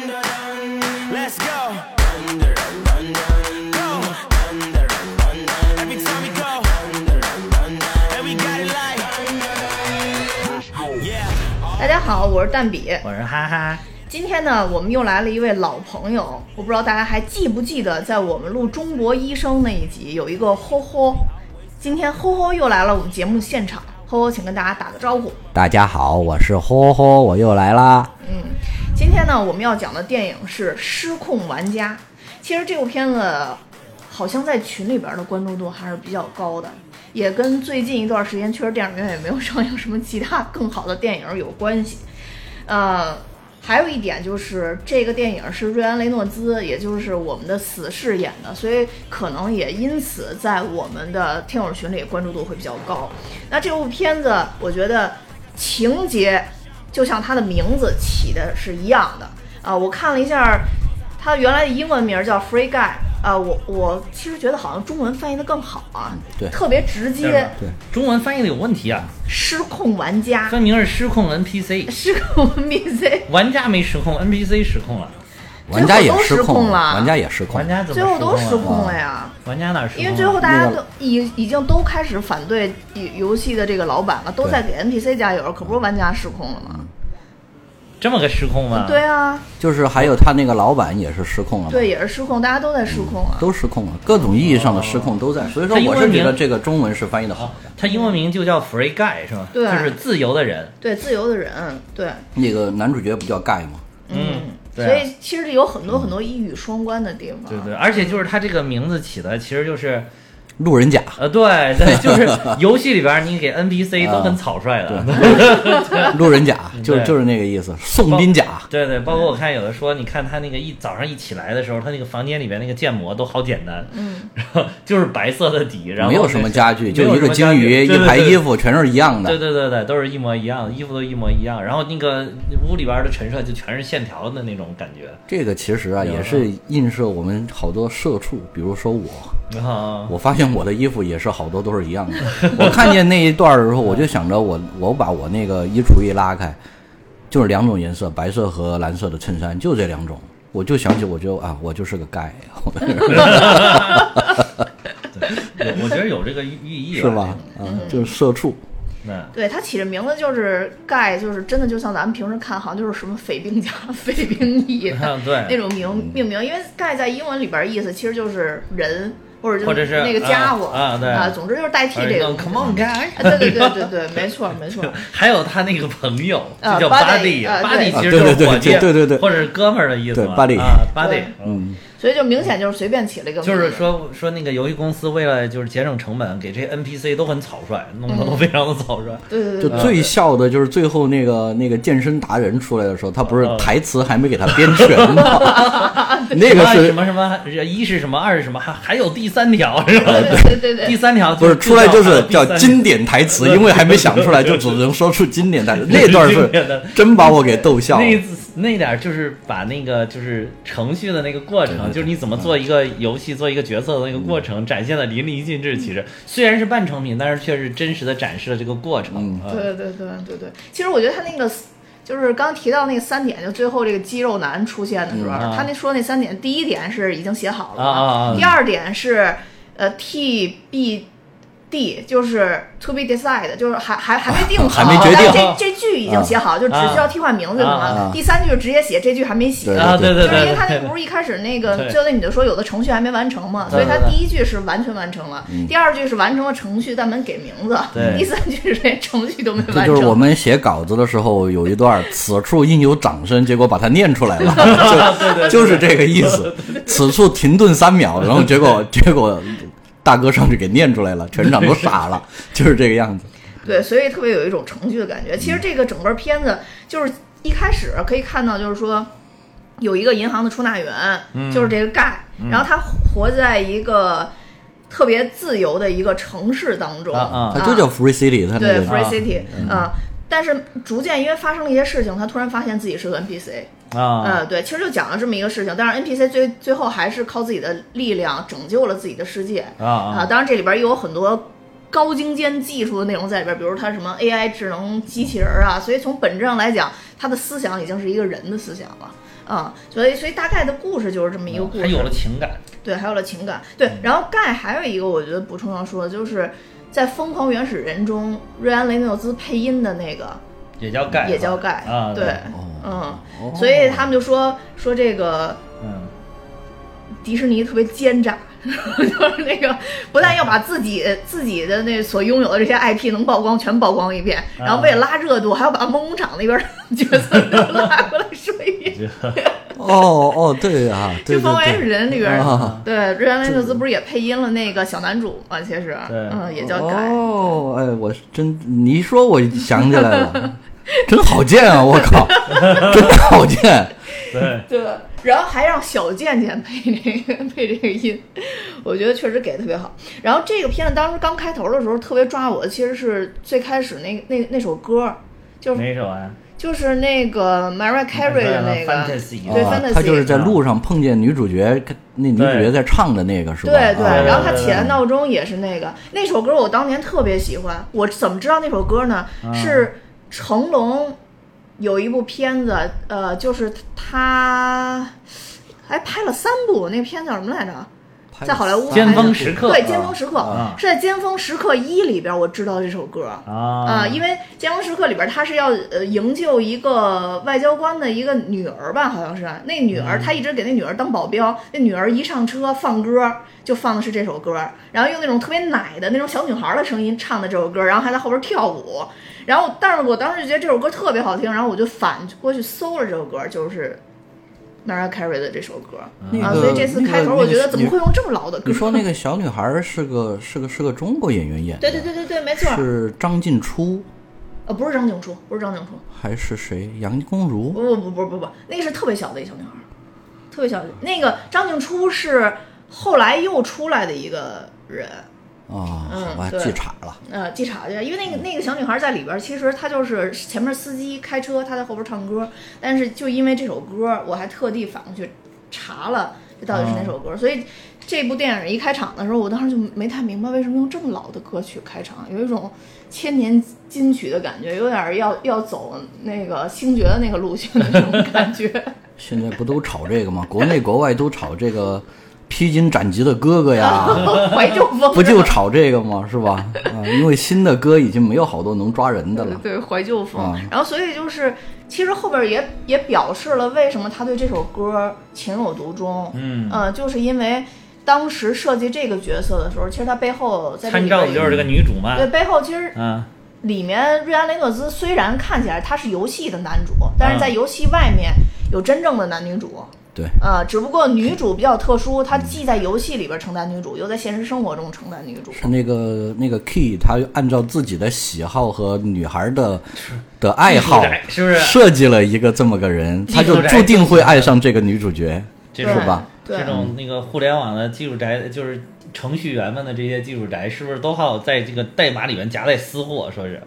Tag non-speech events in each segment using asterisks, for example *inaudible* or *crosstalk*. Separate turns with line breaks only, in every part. Let's go. Go. Every time we go. And we got it like. Yeah.
大家好，我是蛋比。
我是哈哈，
今天呢，我们又来了一位老朋友，我不知道大家还记不记得，在我们录中国医生那一集有一个吼吼，今天吼吼又来了我们节目现场，吼吼，请跟大家打个招呼。
大家好，我是霍霍，我又来啦。
今天呢，我们要讲的电影是《失控玩家》。其实这部片子好像在群里边的关注度还是比较高的，也跟最近一段时间确实电影院也没有上映什么其他更好的电影有关系。呃，还有一点就是这个电影是瑞安·雷诺兹，也就是我们的死侍演的，所以可能也因此在我们的听友群里关注度会比较高。那这部片子，我觉得情节就像它的名字起的是一样的啊、我看了一下，它原来的英文名叫 Free Guy 啊、我我其实觉得好像中文翻译的更好啊，
对
特别直接，
对，
中文翻译的有问题啊，
失控玩家，
分明是失控 NPC，
失控 *laughs* NPC，
玩家没失控，NPC 失控了，
玩家也
最后都失控了
玩家也失控
玩。家怎么
最后都失
失控
控
了？啊
了呀。
玩家哪失控了？
因为最后大家
嗯
那个
都已已经都开始反对游游戏的这个老板了，都在给 NPC 加油，可不是玩家失控了吗？
这么个失控吗？
对，啊，
就是还有他那个老板也是失控了嘛，
嗯
对，也是失控，大家都在失控啊。
都失控了，各种意义上的失控都在。所以说，
哦他英
我
文哦
是觉得
名
这个中文是翻译的好的。
他英文名就叫 Free Guy 是吧？
对
就是自由的人。
对，自由的人，对，
那个男主角不叫盖吗？
嗯，对啊
所以其实有很多很多一语双关的地方。
对对，而且就是他这个名字起的，其实就是
路人甲，
*laughs*
呃，对对，就是游戏里边儿你给 NPC 都很草率的。
路人甲就是
*laughs* 对
就是那个意思，宋斌甲。
*laughs* 对对，包括我看有的说，你看他那个一早上一起来的时候，他那个房间里边那个建模都好简单，嗯，然后 *laughs* 就是白色的底，然后
没有什么家具，
没有
就一
什
个
么家
鲸鱼，
具
一排衣，
对对对
服，全是一样
对
的。
对对对，都是一模一样的，衣服都一模一样，然后那个屋里边的陈设就全是线条的那种感觉，
这个其实啊，
有
也
啊
是映射我们好多社畜，比如说我，
然
*laughs*
后
我发现我的衣服也是好多都是一样的。 *laughs* 我看见那一段儿的时候，我就想着我我把我那个衣橱一拉开，就是两种颜色，白色和蓝色的衬衫，就这两种。我就想起，我就啊，我就是个 gay，
有我觉得有这个寓寓意嗯
是吧？？啊，就是社畜。
那
对他起这名字就是盖，就是真的就像咱们平时看，好像就是什么匪兵家、 *laughs* 匪兵
*laughs*
义
*laughs* 对嗯
那种名命名，因为盖在英文里边意思其实就是人，或者就
或者是
那个家伙
啊啊对
总之就是代替这个。
Come on guy，
啊，对对对对对，没错没
*laughs*
错，
还有他那个朋友，
啊
就叫
buddy，
buddy，buddy、
啊对
其实
啊
就
对对
是伙计，
对对对对
或者是哥们儿的意思嘛。
对，buddy
啊，buddy，
嗯，
所以就明显就是随便起了一个名字，
就是说说那个游戏公司为了就是节省成本，给这些 NPC 都很草率，弄得都非常的草率。
对对
就
对对，
最笑的就是最后那个那个健身达人出来的时候，他不是台词还没给他编全吗？ *laughs* 那个
啊
是
什么什么一是什么，二是什么，还还有第三条是吧？
对对对对
第三条
呃不是出来就是
还啊有第
叫
三条
经典台词，因为还没想出来，就只能说出经典台词。那段
经典的
是真把我给逗笑了。
那那点儿就是把那个就是程序的那个过程，
对对嗯对
就是你怎么做一个游戏、做一个角色的那个过程，展现的淋漓尽致。其实虽然是半成品，但是却是真实的展示了这个过程。
嗯
啊
对对对对对，其实我觉得他那个就是刚提到那三点，就最后这个肌肉男出现的时候，
嗯啊
他那说那三点，第一点是已经写好了，
啊啊啊
第二点是呃 T B。D 就是 to be decide，就是还还还没定好，
啊
还没决定
但这这句已经写好，就只需要替换名字就行了。
啊
啊啊
第三句直接写这句还没写，
对
啊，对对
就是因为
对
他那
对
个
对
不是一开始那个
对
最后那女的说有的程序还没完成嘛，所以他第一句是完全完成了，
嗯
第二句是完成了程序但没给名字， *laughs*
对
第三句是连程序都没
这
完
就是我
成。
们写稿子的时候有一段“此处应有掌声”，结果把它念出来
*laughs*
了，就就是这个意思。此处停顿三秒，然后结果结果大哥上去给念出来了，全场都傻
*laughs*
了，就是这个样子。
对，所以特别有一种程序的感觉。其实这个整个片子就是一开始可以看到，就是说有一个银行的出纳员，
嗯
就是这个盖，然后他活在一个特别自由的一个城市当中，
啊啊
他就叫 Free City，他那
对
个
Free
啊
City 啊、但是逐渐因为发生了一些事情，他突然发现自己是个 NPC。
啊
呃，对，其实就讲了这么一个事情，但是 NPC 最最后还是靠自己的力量拯救了自己的世界
啊啊
当然这里边又有很多高精尖技术的内容在里边，比如它什么 AI 智能机器人儿啊，所以从本质上来讲，它的思想已经是一个人的思想了。啊、所以所以大概的故事就是这么一个故事，
哦还啊有了嗯情感，
对，还有了情感，对。然后盖还有一个我觉得补充要说的就是，在《疯狂原始人》中，瑞安·雷诺兹配音的那个
也叫盖，
也叫盖，
啊，
对，，
哦
嗯，
哦
所以他们就说说这个
嗯，
迪士尼特别奸诈， *laughs* 就是那个不但要把自己自己的那所拥有的这些 IP 能曝光全曝光一遍，
啊
然后为了拉热度，还要把梦工厂那边的角色都拉过来说
*laughs*
一遍。
哦哦，对啊，
就
对
《疯狂原始
对对，
人》里边
啊，
对，瑞安·雷诺兹不是也配音了那个小男主嘛？其实，
对
嗯，也叫盖。
哦，哎，我是真你一说我想起来了，真好贱啊！我靠，真好贱。
对，
*laughs* 对，然后还让小贱贱配这个配这个音， *laughs* 我觉得确实给得特别好。然后这个片子当时刚开头的时候特别抓我的，其实是最开始那那那首歌，就是
哪首啊？
就是那个 Mariah Carey 的那个
Fantasy
对
啊
Fantasy，
他就是在路上碰见女主角，那女主角在唱的那个是吧？
对对，
啊
然后他起来闹钟也是那个那首歌，我当年特别喜欢。我怎么知道那首歌呢？
啊
是成龙有一部片子，呃，就是他还拍了三部，那片叫什么来着？在好莱坞
尖峰时刻
对《尖峰时刻》
啊
是在《尖峰时刻一》里边，我知道这首歌。啊、
啊，
因为《尖峰时刻》里边他是要呃营救一个外交官的一个女儿吧，好像是啊那女儿，他一直给那女儿当保镖，那女儿一上车放歌就放的是这首歌，然后用那种特别奶的那种小女孩的声音唱的这首歌，然后还在后边跳舞，然后但是我当时就觉得这首歌特别好听，然后我就反过去搜了这首歌，就是 Mariah Carey 的这首歌、
那
啊，
个
所以这次开头我觉得怎么会用这么老的歌？
你说那个小女孩是个是个是个中国演员演的，
*laughs* 对对对对对，没错，
是张静初
呃，不是张静初，不是张静初，
还是谁？杨恭如？
不不不不不不，那个是特别小的一小女孩儿，特别小。那个张静初是后来又出来的一个人，
啊，
嗯
好吧，
对
记岔了。
呃，记岔去了，因为那个那个小女孩在里边儿，其实她就是前面司机开车，她在后边唱歌，但是就因为这首歌，我还特地反过去查了这到底是哪首歌，所以。这部电影一开场的时候，我当时就没太明白为什么用这么老的歌曲开场，有一种千年金曲的感觉，有点儿要要走那个星爵的那个路线的那种感觉。
现在不都炒这个吗？ *laughs* 国内国外都炒这个披荆斩棘的哥哥
*laughs*
呀，
怀旧风，
不就炒这个吗？是吧？啊，因为新的歌已经没有好多能抓人的
对
了。
对怀旧风。
嗯
然后所以就是，其实后边也也表示了为什么他对这首歌情有独钟。
嗯
呃，就是因为当时设计这个角色的时候，其实他背后在这
参
里
照
边
的就是这个女主嘛，
对背后其实
嗯，
里面瑞安雷诺兹虽然看起来他是游戏的男主，
嗯
但是在游戏外面有真正的男女主。
对，
呃，只不过女主比较特殊，她既在游戏里边承担女主，又在现实生活中承担女主。
是那个那个 Key，他按照自己的喜好和女孩的的爱好
艺术宅，是不啊是
设计了一个这么个人？
艺术
他就
宅
注定会爱上这个女主角。
这
对
种
是吧
对
这种那个互联网的技术宅，就是程序员们的这些技术宅，是不是都好在这个代码里面夹带私货？说是，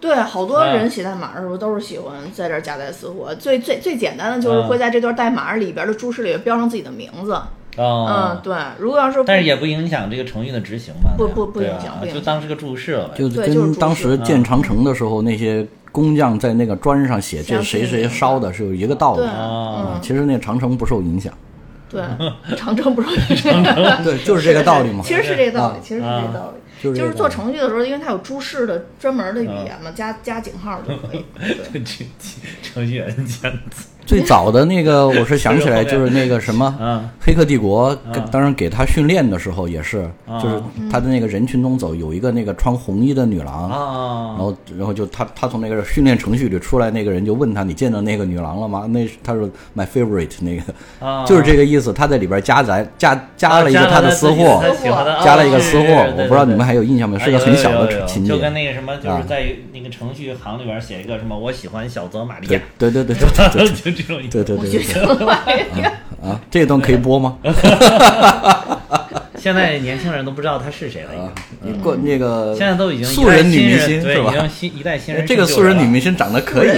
对，好多
啊
人写代码的时候都是喜欢在这儿夹带私货。最最最简单的就是
嗯
会在这段代码里边的注释里标上自己的名字。嗯，
哦，
对。如果要是
但是也不影响这个程序的执行嘛，
不
那样
不不
对
影响
吧
不影
就
响
当是个注释了呗。
就
对就是
跟
注
当
释
时建长城的时候，那些工匠在那个砖上写这
想起
谁谁烧的，是有一个道理
对，。
哦
啊，其实那长城不受影响，
对，长征不是长征，
对， *laughs* 就是这个道理嘛。
*laughs* 其实是这个道理
啊，
其实是这个道理。
就是这
就
个
是做
道理
程序的时候，因为它有注释的专门的语
嗯
言嘛，加加井号就
*laughs*
可以。对
*laughs* 这这程序员这样子，
最早的那个，我是想起来，就是那个什么，
嗯
《黑客帝国》
嗯
跟当然给他训练的时候也是，就是他的那个人群中走有一个那个穿红衣的女郎，然
啊，
后然后就他他从那个训练程序里出来，那个人就问他：“你见到那个女郎了吗？”那是他说 “my favorite” 那个，
啊
就是这个意思。他在里边加载加加
加
了一个他的私货，
的
哦
加了一个私货，我不知道你们
还。
还有印象没？
哎
是个很小
有有有
的情
就跟
节。
那个什么，就
啊
是在那个程序行里边写一个什么，我喜欢小泽玛利
对
亚，
对对对对对对
*laughs* 就这种意思
对对对
我就
对
想来呀，
对啊！这段可以播吗？
现在年轻人都不知道他是谁了，已
啊
经。，
你过那个
现在都已经
素人
一代
女
新
明
人
星
对
是吧哎
已？经新一代新人，
这个素人女明星长得可以，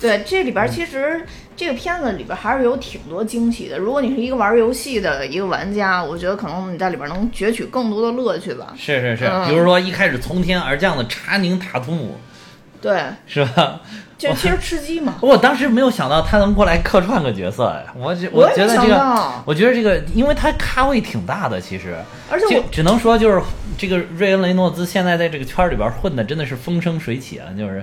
对，这里边其实这个片子里边还是有挺多惊喜的。如果你是一个玩游戏的一个玩家，我觉得可能你在里边能攫取更多的乐趣吧。
是是是，
嗯
比如说一开始从天而降的查宁塔图姆， *laughs*
对，
是吧？
就其实吃鸡嘛，
我当时没有想到他能过来客串个角色哎，我觉我
也
觉
没
得这
想
个，
到。
我觉得这个，因为他咖位挺大的，其实，
而且
就
我
只能说就是这个瑞恩雷诺兹现在在这个圈里边混的真的是风生水起啊，就是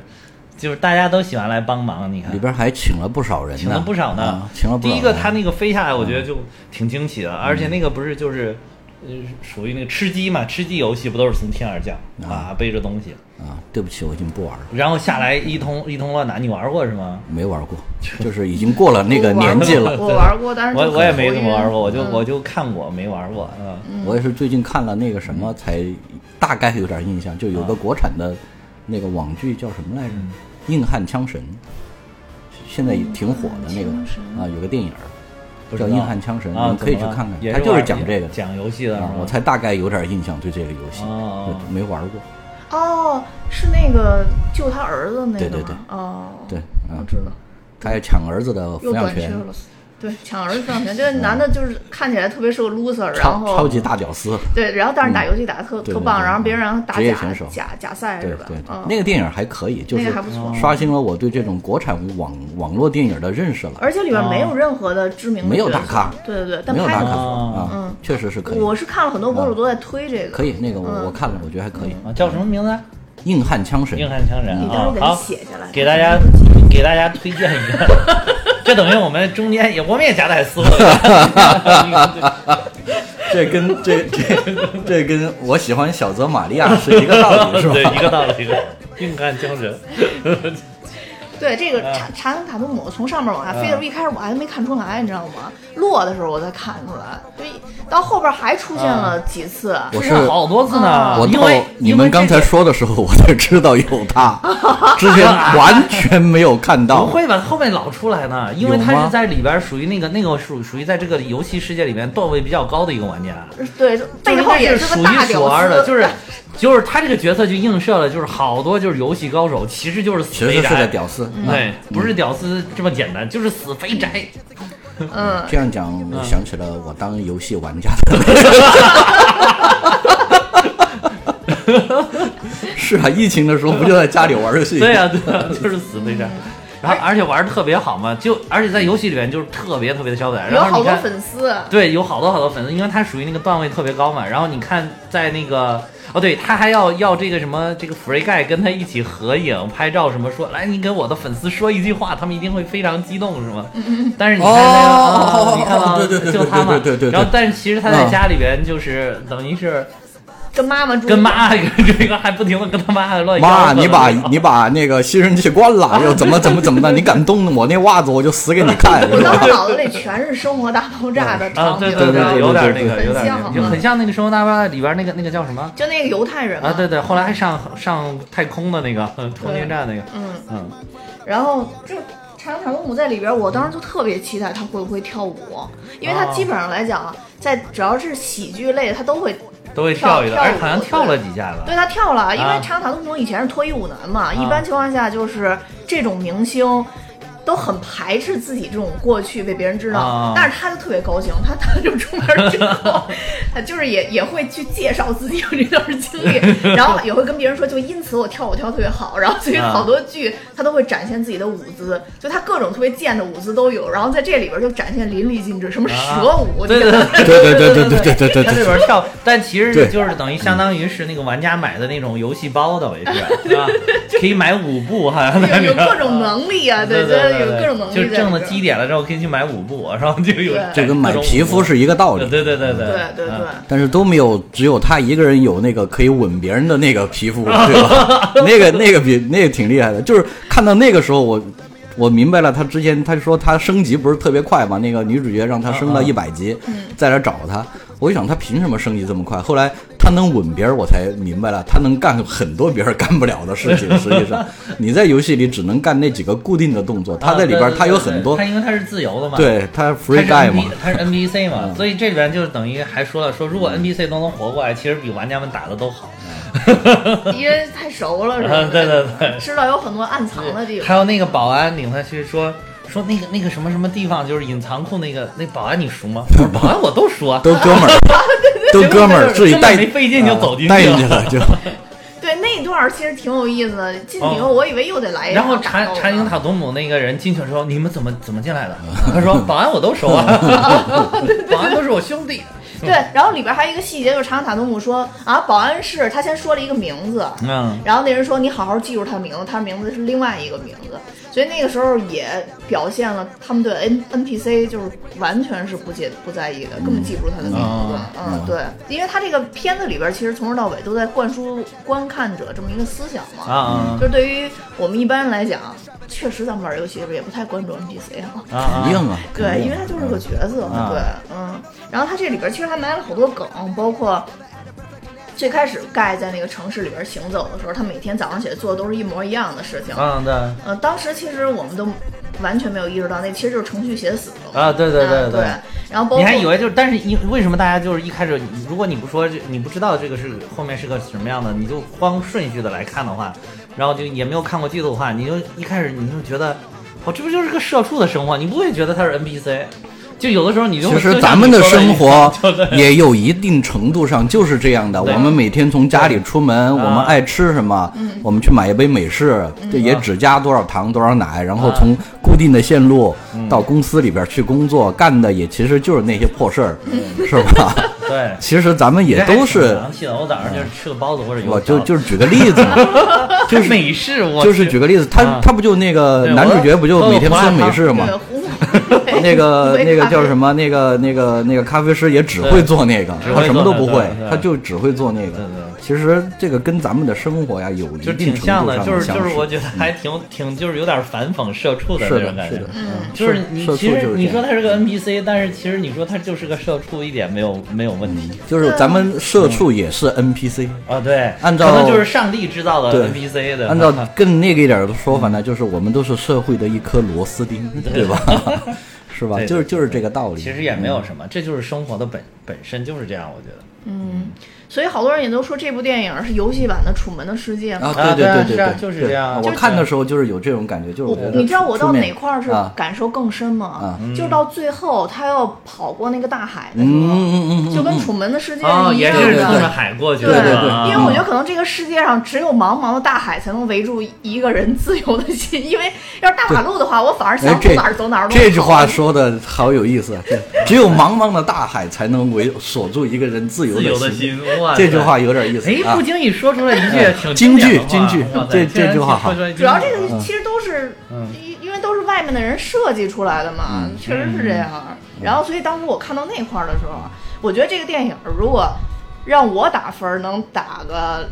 就是大家都喜欢来帮忙，你
*laughs*
看
里边还请了不少人呢，
请了不少呢
啊，请了不少嗯
第
人。
一个他那个飞下来，我觉得就挺惊喜的，而且那个不是就是。呃，属于那个吃鸡嘛，吃鸡游戏不都是从天而降啊，背着东西，
啊，对不起，我已经不玩了，
然后下来一
嗯
通一通乱打，你玩过是吗？
没玩过，就是已经过了 *laughs* 那个年纪
*laughs*
了。
我玩过，但是
我
就
我也
很
没
啊
头
怎么
晕
玩过，我就
嗯
我就看过，没玩过。嗯，
我也是最近看了那个什么，才大概有点印象，就有个
啊
国产的那个网剧叫什么来着，
嗯
硬汉枪神》，现在也挺火的那个
硬汉枪神
啊，有个电影儿
不知
叫
道
《硬汉枪神》，你
啊
们，可以去
怎么了
看看，
也
他就是
玩
讲这个的
讲游戏的是
啊
吗，
我才大概有点印象，对这个游戏
哦哦哦
没玩过，
哦，是那个救他儿子那个吗？
对对对
哦，
对，
我
嗯，
知道，
他要抢儿子的
又
抚养
短缺
权，
了。对，抢儿子抚养权，这个男的就是看起来特别是个 loser，然
超
后
超级大屌丝，
对，然后但是打游戏打的特
对
特
对
棒，
对
然后别人让他打
职业
假
选手
假假赛
对
是
对
吧？
对，
嗯
那个电影还可以，就
那
是
个还不错
刷新了我对这种国产网网络电影的认识了，
而且里边没有
嗯
任何的知名的
没有
角
大
色
咖
对对对，但
没有
拍
大咖
的嗯
哦
啊，确实是可以。
我是看了很多博主都在推这个，
可以，那个我、
嗯
我看了，我觉得还可以。
啊叫什么名字啊？
硬汉枪神，
硬汉枪人
你到时
啊
候给！他
好，
写下来，
给大家给大家推荐一个，这等于我们中间也我们也夹带私货。
*laughs* 这跟这这这跟我喜欢小泽玛利亚是一个道理，是吧？
*laughs* 对，一个道理，一个硬汉枪神。
对这
嗯
个查查恩塔图姆从上面往下飞的时候，一开始我还没看出来，你知道吗？落的时候我才看出来，就一到后边还出现
嗯
了几次。
我是
看好多次呢，
我
因
到
为
你们刚才说的时候，我才知道有
*laughs*
他，之前完全没有看
不
到。
会吧？后面老出来呢，因为
有
他
吗
是在里边儿属于那个那个属属于在这个游戏世界里面段位比较高的一个玩家，
对，背后也
就是
个
数一
大
数
屌
二
丝，
的，就是就是他这个角色就映射了，就是好多就是游戏高手其实就是
其
死
实
肥
是个
宅，
屌丝，啊嗯
对，不是屌丝这么简单，就是死肥宅。
嗯，
这样讲，我想起了我当游戏玩家的。是啊，疫情的时候不就在家里玩游戏？
对呀、对、呀，就是死肥宅。然
哎
后而且玩的特别好嘛，就而且在游戏里面就是特别特别的消费，
有
然后
好
你
多
看。
粉丝，
对，有好多好多粉丝，因为他属于那个段位特别高嘛。然后你看，在那个哦，对他还要要这个什么这个 Free Guy 跟他一起合影拍照什么，说来你给我的粉丝说一句话，他们一定会非常激动，
*laughs*
是吗？但是你看他，
哦
啊你看到
对对对
就他嘛，
对对对对对嗯
然后但是其实他在家里边就是等于是
跟妈妈住，
跟妈 *laughs* 跟这个还不停的跟他妈乱吆
妈，
喝
你把
那种
你把那个吸尘器关了，又怎么怎么怎么的？你敢动我那袜子，我就死给你看，
我
是
当时
吧？
脑子里全是《生活大爆炸》的
啊
场，景，
对对
你知道吗
有点那个，
很
有点那
像嗯
个，就很像那个《生活大爆炸》里边那个那个叫什么？
就那个犹太人嘛
啊，对对，后来还上上太空的那个空间站那个，
嗯，
嗯，
然后就是查良塔图姆在里边，我当时就特别期待他会不会跳舞，因为他
哦
基本上来讲，啊，在只要是喜剧类，他都会
都会
跳
跳一个，
跳
而且
舞
好像跳了几下吧
对。他跳了，因
啊
为查塔图姆以前是脱衣舞男嘛，一般情况下就是这种明星。都很排斥自己这种过去被别人知道，
啊
但是他就特别高兴，他他就出门之后，他 *laughs* 就是也也会去介绍自己有这段经历，
*laughs*
然后也会跟别人说，就因此我跳舞跳得特别好，然后所以
啊
好多剧他都会展现自己的舞姿，就他各种特别贱的舞姿都有，然后在这里边就展现淋漓尽致，什么蛇舞，
对
你
啊对
看
对
对对对
对
对对对
他这
对
边跳，但其实
对
就是等于相当于是那个玩家买的那种游戏包的，我也是，啊，可以买五部，好像
有
在里
有
边
各种能力啊，
对
对，
对，
有各种能力在
就
里边，
挣了基点了之后可以去买五部，然后就有
对
就跟买皮肤是一个道
对
理。
对对对对
对对对。
嗯
但是都没有，只有他一个人有那个可以吻别人的那个皮
*laughs*
肤，对吧？那个那个比那个挺厉害的，就是看到那个时候我。我明白了，他之前他说他升级不是特别快嘛，那个女主角让他
嗯
升到一百级，在这找他，我就想他凭什么升级这么快？后来他能吻别人，我才明白了，他能干很多别人干不了的事
*laughs*
情。实际上，你在游戏里只能干那几个固定的动作，他在里边
啊对对对
他有很多
他，因为他是自由的嘛，
对他
他
free
是
guy 嘛
NP，，他是
*laughs*
NPC 嘛，所以这里边就是等于还说了说，如果 NPC 都能活过来，其实比玩家们打的都好。
因为太熟了，是吧？
啊对对对
知道有很多暗藏的地
还
方。
有那个保安领他去说，说那个那个什么什么地方，就是隐藏库那个那保安
*laughs*
你熟吗？我说保安我都熟啊，
都哥们
*laughs*
儿，都哥们儿，自己
根
带
本没费劲就走进
带
去
进去
了。
了
*laughs*
就。
对那段儿其实挺有意思的，进去以后我以为又得来一
哦然后
场打
查
斗
查
呢
营塔图姆那个人进去说：“你们怎么怎么进来的？”他说：“保安我都
*laughs*
熟啊，保安都是我兄弟。
对，然后里边还有一个细节，就是查尔塔图姆说啊，保安室他先说了一个名字，”
嗯，
然后那人说你好好记住他名字，他名字是另外一个名字，所以那个时候也表现了他们对 N N P C 就是完全是不介不在意的，根本记不住他的名字。嗯，对，因为他这个片子里边其实从头到尾都在灌输观看者这么一个思想嘛，
啊
就是对于我们一般人来讲，确实咱们玩游戏的时候也不太关注 N P C 啊。
啊啊
肯！定啊，肯
对，
定
因为他就是个角色，
啊
对，嗯。然后他这里边其实还埋了好多梗，包括最开始盖在那个城市里边行走的时候，他每天早上起来做的都是一模一样的事情。
嗯，对
呃，当时其实我们都完全没有意识到，那其实就是程序写死的。
啊，对对
嗯
对
对。然后包括
你还以为就是，但是因为什么大家就是一开始，如果你不说这，你不知道这个是后面是个什么样的，你就光顺序的来看的话，然后就也没有看过剧的话，你就一开始你就觉得，哦，这不就是个社畜的生活？你不会觉得他是 NPC，就有的时候你就
其
就
实
像
咱们的
你说
生活
就对
也有一定程度上就是这样的。
对嗯
我们每天从家里出门，我们爱吃什么，我们去买一杯美式，这也只加多少糖多少奶，然
嗯
后从固定的线路到公司里边去工作，干的也其实就是那些破事儿，是吧？
对，
其实咱们也都
嗯 *laughs* 这还
是
挺，洋气的。我早上就是吃个包子或者油条，
我就就是举个例子嘛，
就是美式，我
就是举个例子，他
啊
他不就那个
对
男主
我
角不就
都有
每天
胡辣
喝美
汤
式吗
对？胡
*laughs* 那
*laughs*
个
一杯
那个
咖啡
叫什么？那个那个那个咖啡师也只会做那个
对，
他什么都不
只会做
会
那个，对
他就只会做那
对
个。
对。
其实这个跟咱们的生活呀有一
就
定
挺
程度上
像的，就是
相
就是，
似嗯
我觉得还挺挺，就是有点反讽社畜的
是
那种
的，
感
是
觉
的。，
嗯
就
社
是你
社畜
其实
就是
你
这
说
样
他是个 NPC，但是其实你说他就是个社畜，一点没有没有问题
就是咱们社畜也是
*laughs*
NPC。
啊。对，
嗯按照
可能就是上帝制造的
对
NPC 的， *laughs*
按照更那个一点的说法呢，就是我们都是社会的一颗螺丝钉，对
*laughs*
吧？是吧？
对对
就是
对
就是这个道理。
其实也没有什么，这就是生活的本本身就是这样，我觉得
嗯，所以好多人也都说这部电影是游戏版的《楚门的世界》嘛。
啊，
啊
对
对啊
对对
是啊
对，
就是
对
这样
我
就是
看的时候就是有这种感觉，就是我觉得
你知道我到
出面
哪块儿是
啊
感受更深吗
啊？
就是到最后他要跑过那个大海的时
嗯
候，
嗯嗯嗯，
就跟
嗯
《楚门的世界》
哦，
是一
也
样
是
对
冲
对
着
的。
海过去
对
的，
对对
啊
因为我觉得可能这个世界上只有茫茫的大海才能围住一个人自由的心，
嗯
因为要是大马路的话，我反而
哎
想走
这
哪儿走哪儿。
这句话说的好有意思，啊！对只有茫茫的大海才能围锁住一个人自由
自由的
的心。
心，啊哇塞，
这句话有点意思
哎，
啊哎
不。经意说出了一句挺
京
典
剧
的话
京剧
哇塞
这
竟然
这句话
说
好
出来一句
主要这个其实都是
嗯，
因因为都是外面的人设计出来的嘛，确实是这样。
嗯
然后，所以当时我看到那块儿的时候，我觉得这个电影如果让我打分儿能打个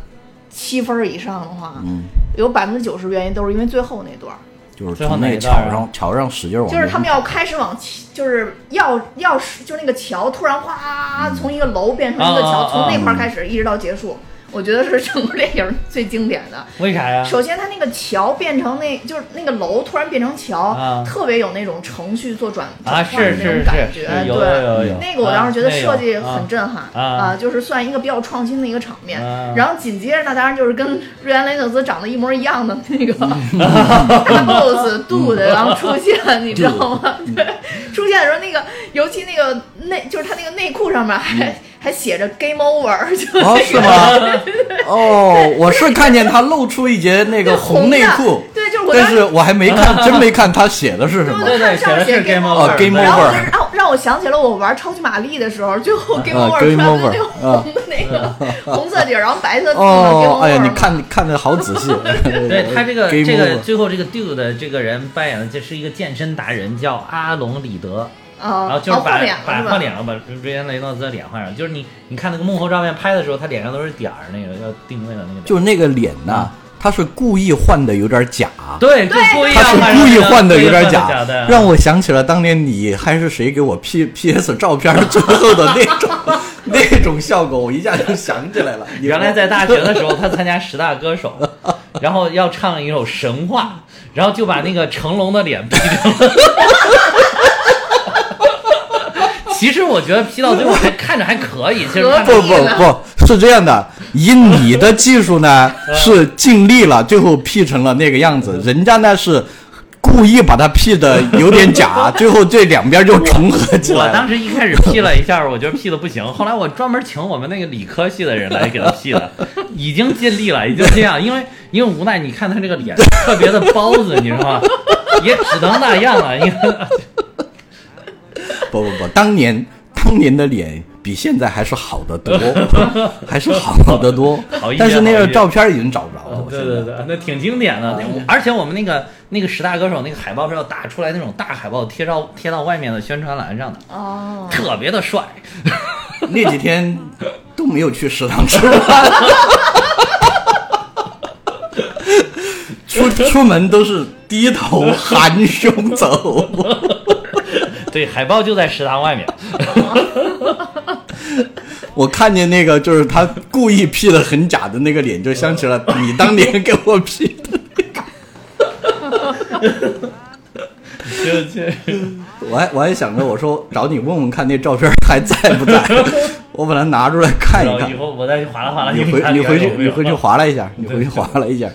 七分儿以上的话，
嗯
有百分之九十原因都是因为最后那段儿，
就是
最后
从
哪
那
一
桥
段啊
上桥上使劲往那，
就是他们要开始往起，就是要要是就是那个桥突然哗从一个楼变成一个
啊啊
桥，
啊
从那块儿开始一直到结束，我觉得是 *laughs* 整个电影最经典的。
为啥呀？
首先，它那个桥变成那，就是那个楼突然变成桥，
啊
特别有那种程序做转
啊，
转换的那
是
种
是
感
是
觉。
是，有有
对，
有有。
那个我当时觉得设计
啊
很震撼
啊
就是算一个比较创新的一个场面。
啊
然后紧接着，那当然就是跟瑞安雷特斯长得一模一样的那个
*laughs*
大 boss 杜的，然后出现，你知道吗？对，出现的时候，那个尤其那个内，就是他那个内裤上面还、
嗯
还写着 game over，就是那个、
哦是吗？
*laughs*
哦，我是看见他露出一截那个红内裤，
对，就是我当
但
时
是我还没
*laughs*
看，真没看他写的是什么
对对，写的是 game over，
哦，game
然后
over
就是让让我想起了我玩超级玛丽的时候，最后 Game Over 穿
game
的
over，
那个
啊
红的那个红色底儿，然后白色字幕的 Game
哦
Over，。
哎呀，
嘛
你看看的好仔细。啊
*laughs* 对他这个
呃 Game
这个
over
最后这个 dude 的这个人扮演的这是一个健身达人，叫阿隆里德，然
啊，
后就是
哦
把
换脸
把
了是
换
吧？
脸了，把瑞恩雷诺兹的脸换上，就是你你看那个幕后照片拍的时候，他脸上都是点儿，那个要定位的那个点儿，
就是那个脸呐，他是故意换的有点假。
对，就故意
他是
要
故意换的有点
假
假，
的，
让我想起了当年你还是谁给我 P P S 照片最后的那种那种效果，我一下就想起来了。你
原来在大学的时候，他参加十大
*laughs*
歌手，然后要唱一首《神话》，然后就把那个成龙的脸 P 成了。
*laughs*
其实我觉得 P 到最后还看着还可以，其实看
不
着
不不是这样的，以你的技术呢是尽力了，最后 P 成了那个样子，人家呢是。故意把它 P 的有点假，最后这两边就重合起
我
来了
当。时一开始 P 了一下，我觉得 P 的
*laughs*
不行。后来我专门请我们那个理科系的人来给他
*laughs*
P 的，已经尽力了，已经这样，因为因为无奈，你看他这个脸特别的包子，你
*laughs*
知道吗？也只能那样了，因为 *laughs*
不不不，当年当年的脸比现在还是好得
*laughs*
多，还是好得多
好一。些
但是那
好
个
一些哦
照片已经找不着了。我
对
现在
对对，那挺经典
哎
的。那而且我们那个那个十大歌手那个海报是要打出来那种大海报，贴到贴到外面的宣传栏上的，
哦，
特别的帅。 *laughs*
那几天都没有去食堂吃
*laughs*
饭，出出门都是低头含胸走。
对，海报就在食
*laughs*
堂外面。
我看见那个就是他故意 P 的很假的那个脸，就想起了你当年给我 P 的。
就就
我还我还想着，我说找你问问看那照片还在不
*laughs*
在，我把它拿出来看一
然后
看
以。后我再划拉划拉
你
给
回
看
你
看
回去
有没
你
有
回去划拉一下，你回去划拉一下。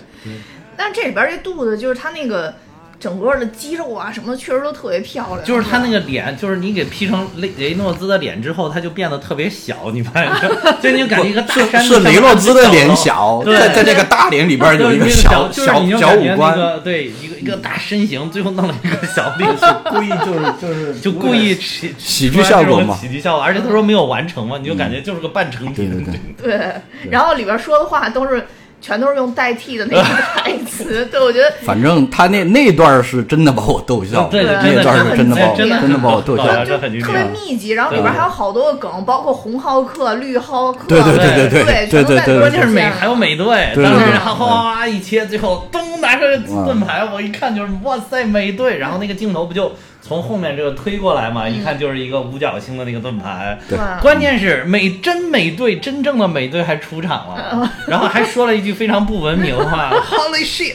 但这里边这肚子就是他那个整个的肌肉啊什么的，确实都特别漂亮。
就是他那个脸，就是你给 P 成雷雷诺兹的脸之后，他就变得特别小，你 *laughs* 发现没有？就你就感觉一个大山
是雷诺兹的脸
小，
小，
对
在在那个大脸里边有一
就
个
是
小
就是
小
你就
小
感觉
五
那
官，
个对一个一个大身形，最后弄了一个小脸， *laughs*
故意就是就是
就故意喜
喜剧效果嘛
喜剧效果，而且他说没有完成嘛，你就感觉就是个半成
对
品。
对对，
对，然后里边说的话都是全都是用代替的那个台词，对我觉得
反正他那那段儿是真的把我逗笑了，
哦对对
对
那段儿是真的把我
真的
真的把我逗笑
对
了
啊。
就
这很经
特
典
别密集，然后里边还有好多个梗，包括红浩克、绿浩克，
对
对
对对
对
对对
全都
对对对
在里边
关键是美还有美队，
对
当时
对
然后哗哗哗一切，最后咚拿出来盾牌，我一看就是哇塞美队，然后那个镜头不就从后面这个推过来嘛，一看就是一个五角星的那个盾牌。
对
哇
关键是美真美队，真正的美队还出场了， *laughs* 然后还说了一句非常不文明的话哦 *laughs* ，Holy shit！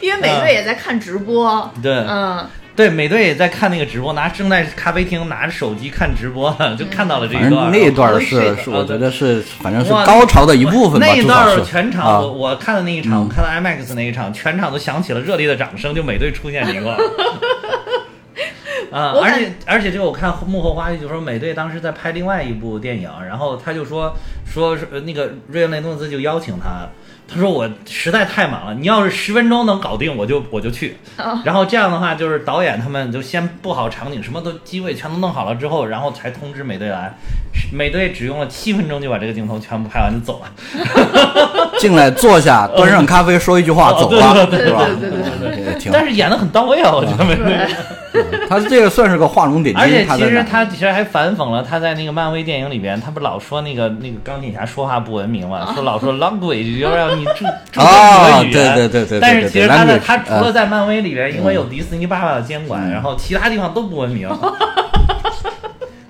因为美队也在看直播，
对
嗯，
对，美队也在看那个直播，拿正在咖啡厅拿着手机看直播，就看到了这一
反正
段。
那一段儿
然后
是是我觉得是反正是
啊哇
高潮的一部分吧，
那一
至
段
少
儿
是
全场，
啊嗯
我，我看的那一场，我看到 IMAX 那一场，全场都响起了热烈的掌声，就美队出现这一
*laughs*
块儿。啊、
我
而
感
且而且这个我看幕后花絮，就说美队当时在拍另外一部电影，然后他就说说是呃那个瑞恩雷诺兹就邀请他，他说我实在太忙了，你要是十分钟能搞定，我就我就去。
哦
然后这样的话，就是导演他们就先布好场景，什么都机位全都弄好了之后，然后才通知美队来。是美队只用了七分钟就把这个镜头全部拍完就走了。
进来坐下，端上咖啡，说一句
哦
话走了，是吧？
对对对
对，挺
但是演的很到位啊，我觉得美队。 *laughs*
他这个算是个画龙点
而且
睛，他
其
在
实
哪？
他其实还反讽了他在那个漫威电影里边，他不老说那个那个钢铁侠说话不文明嘛，说老说 language 要让你注注重你
哦
的语言。
对对对对对
但是其实他在
对对
他除了
嗯
在漫威里边，因为有迪士尼爸爸的监管，然后其他地方都不文明。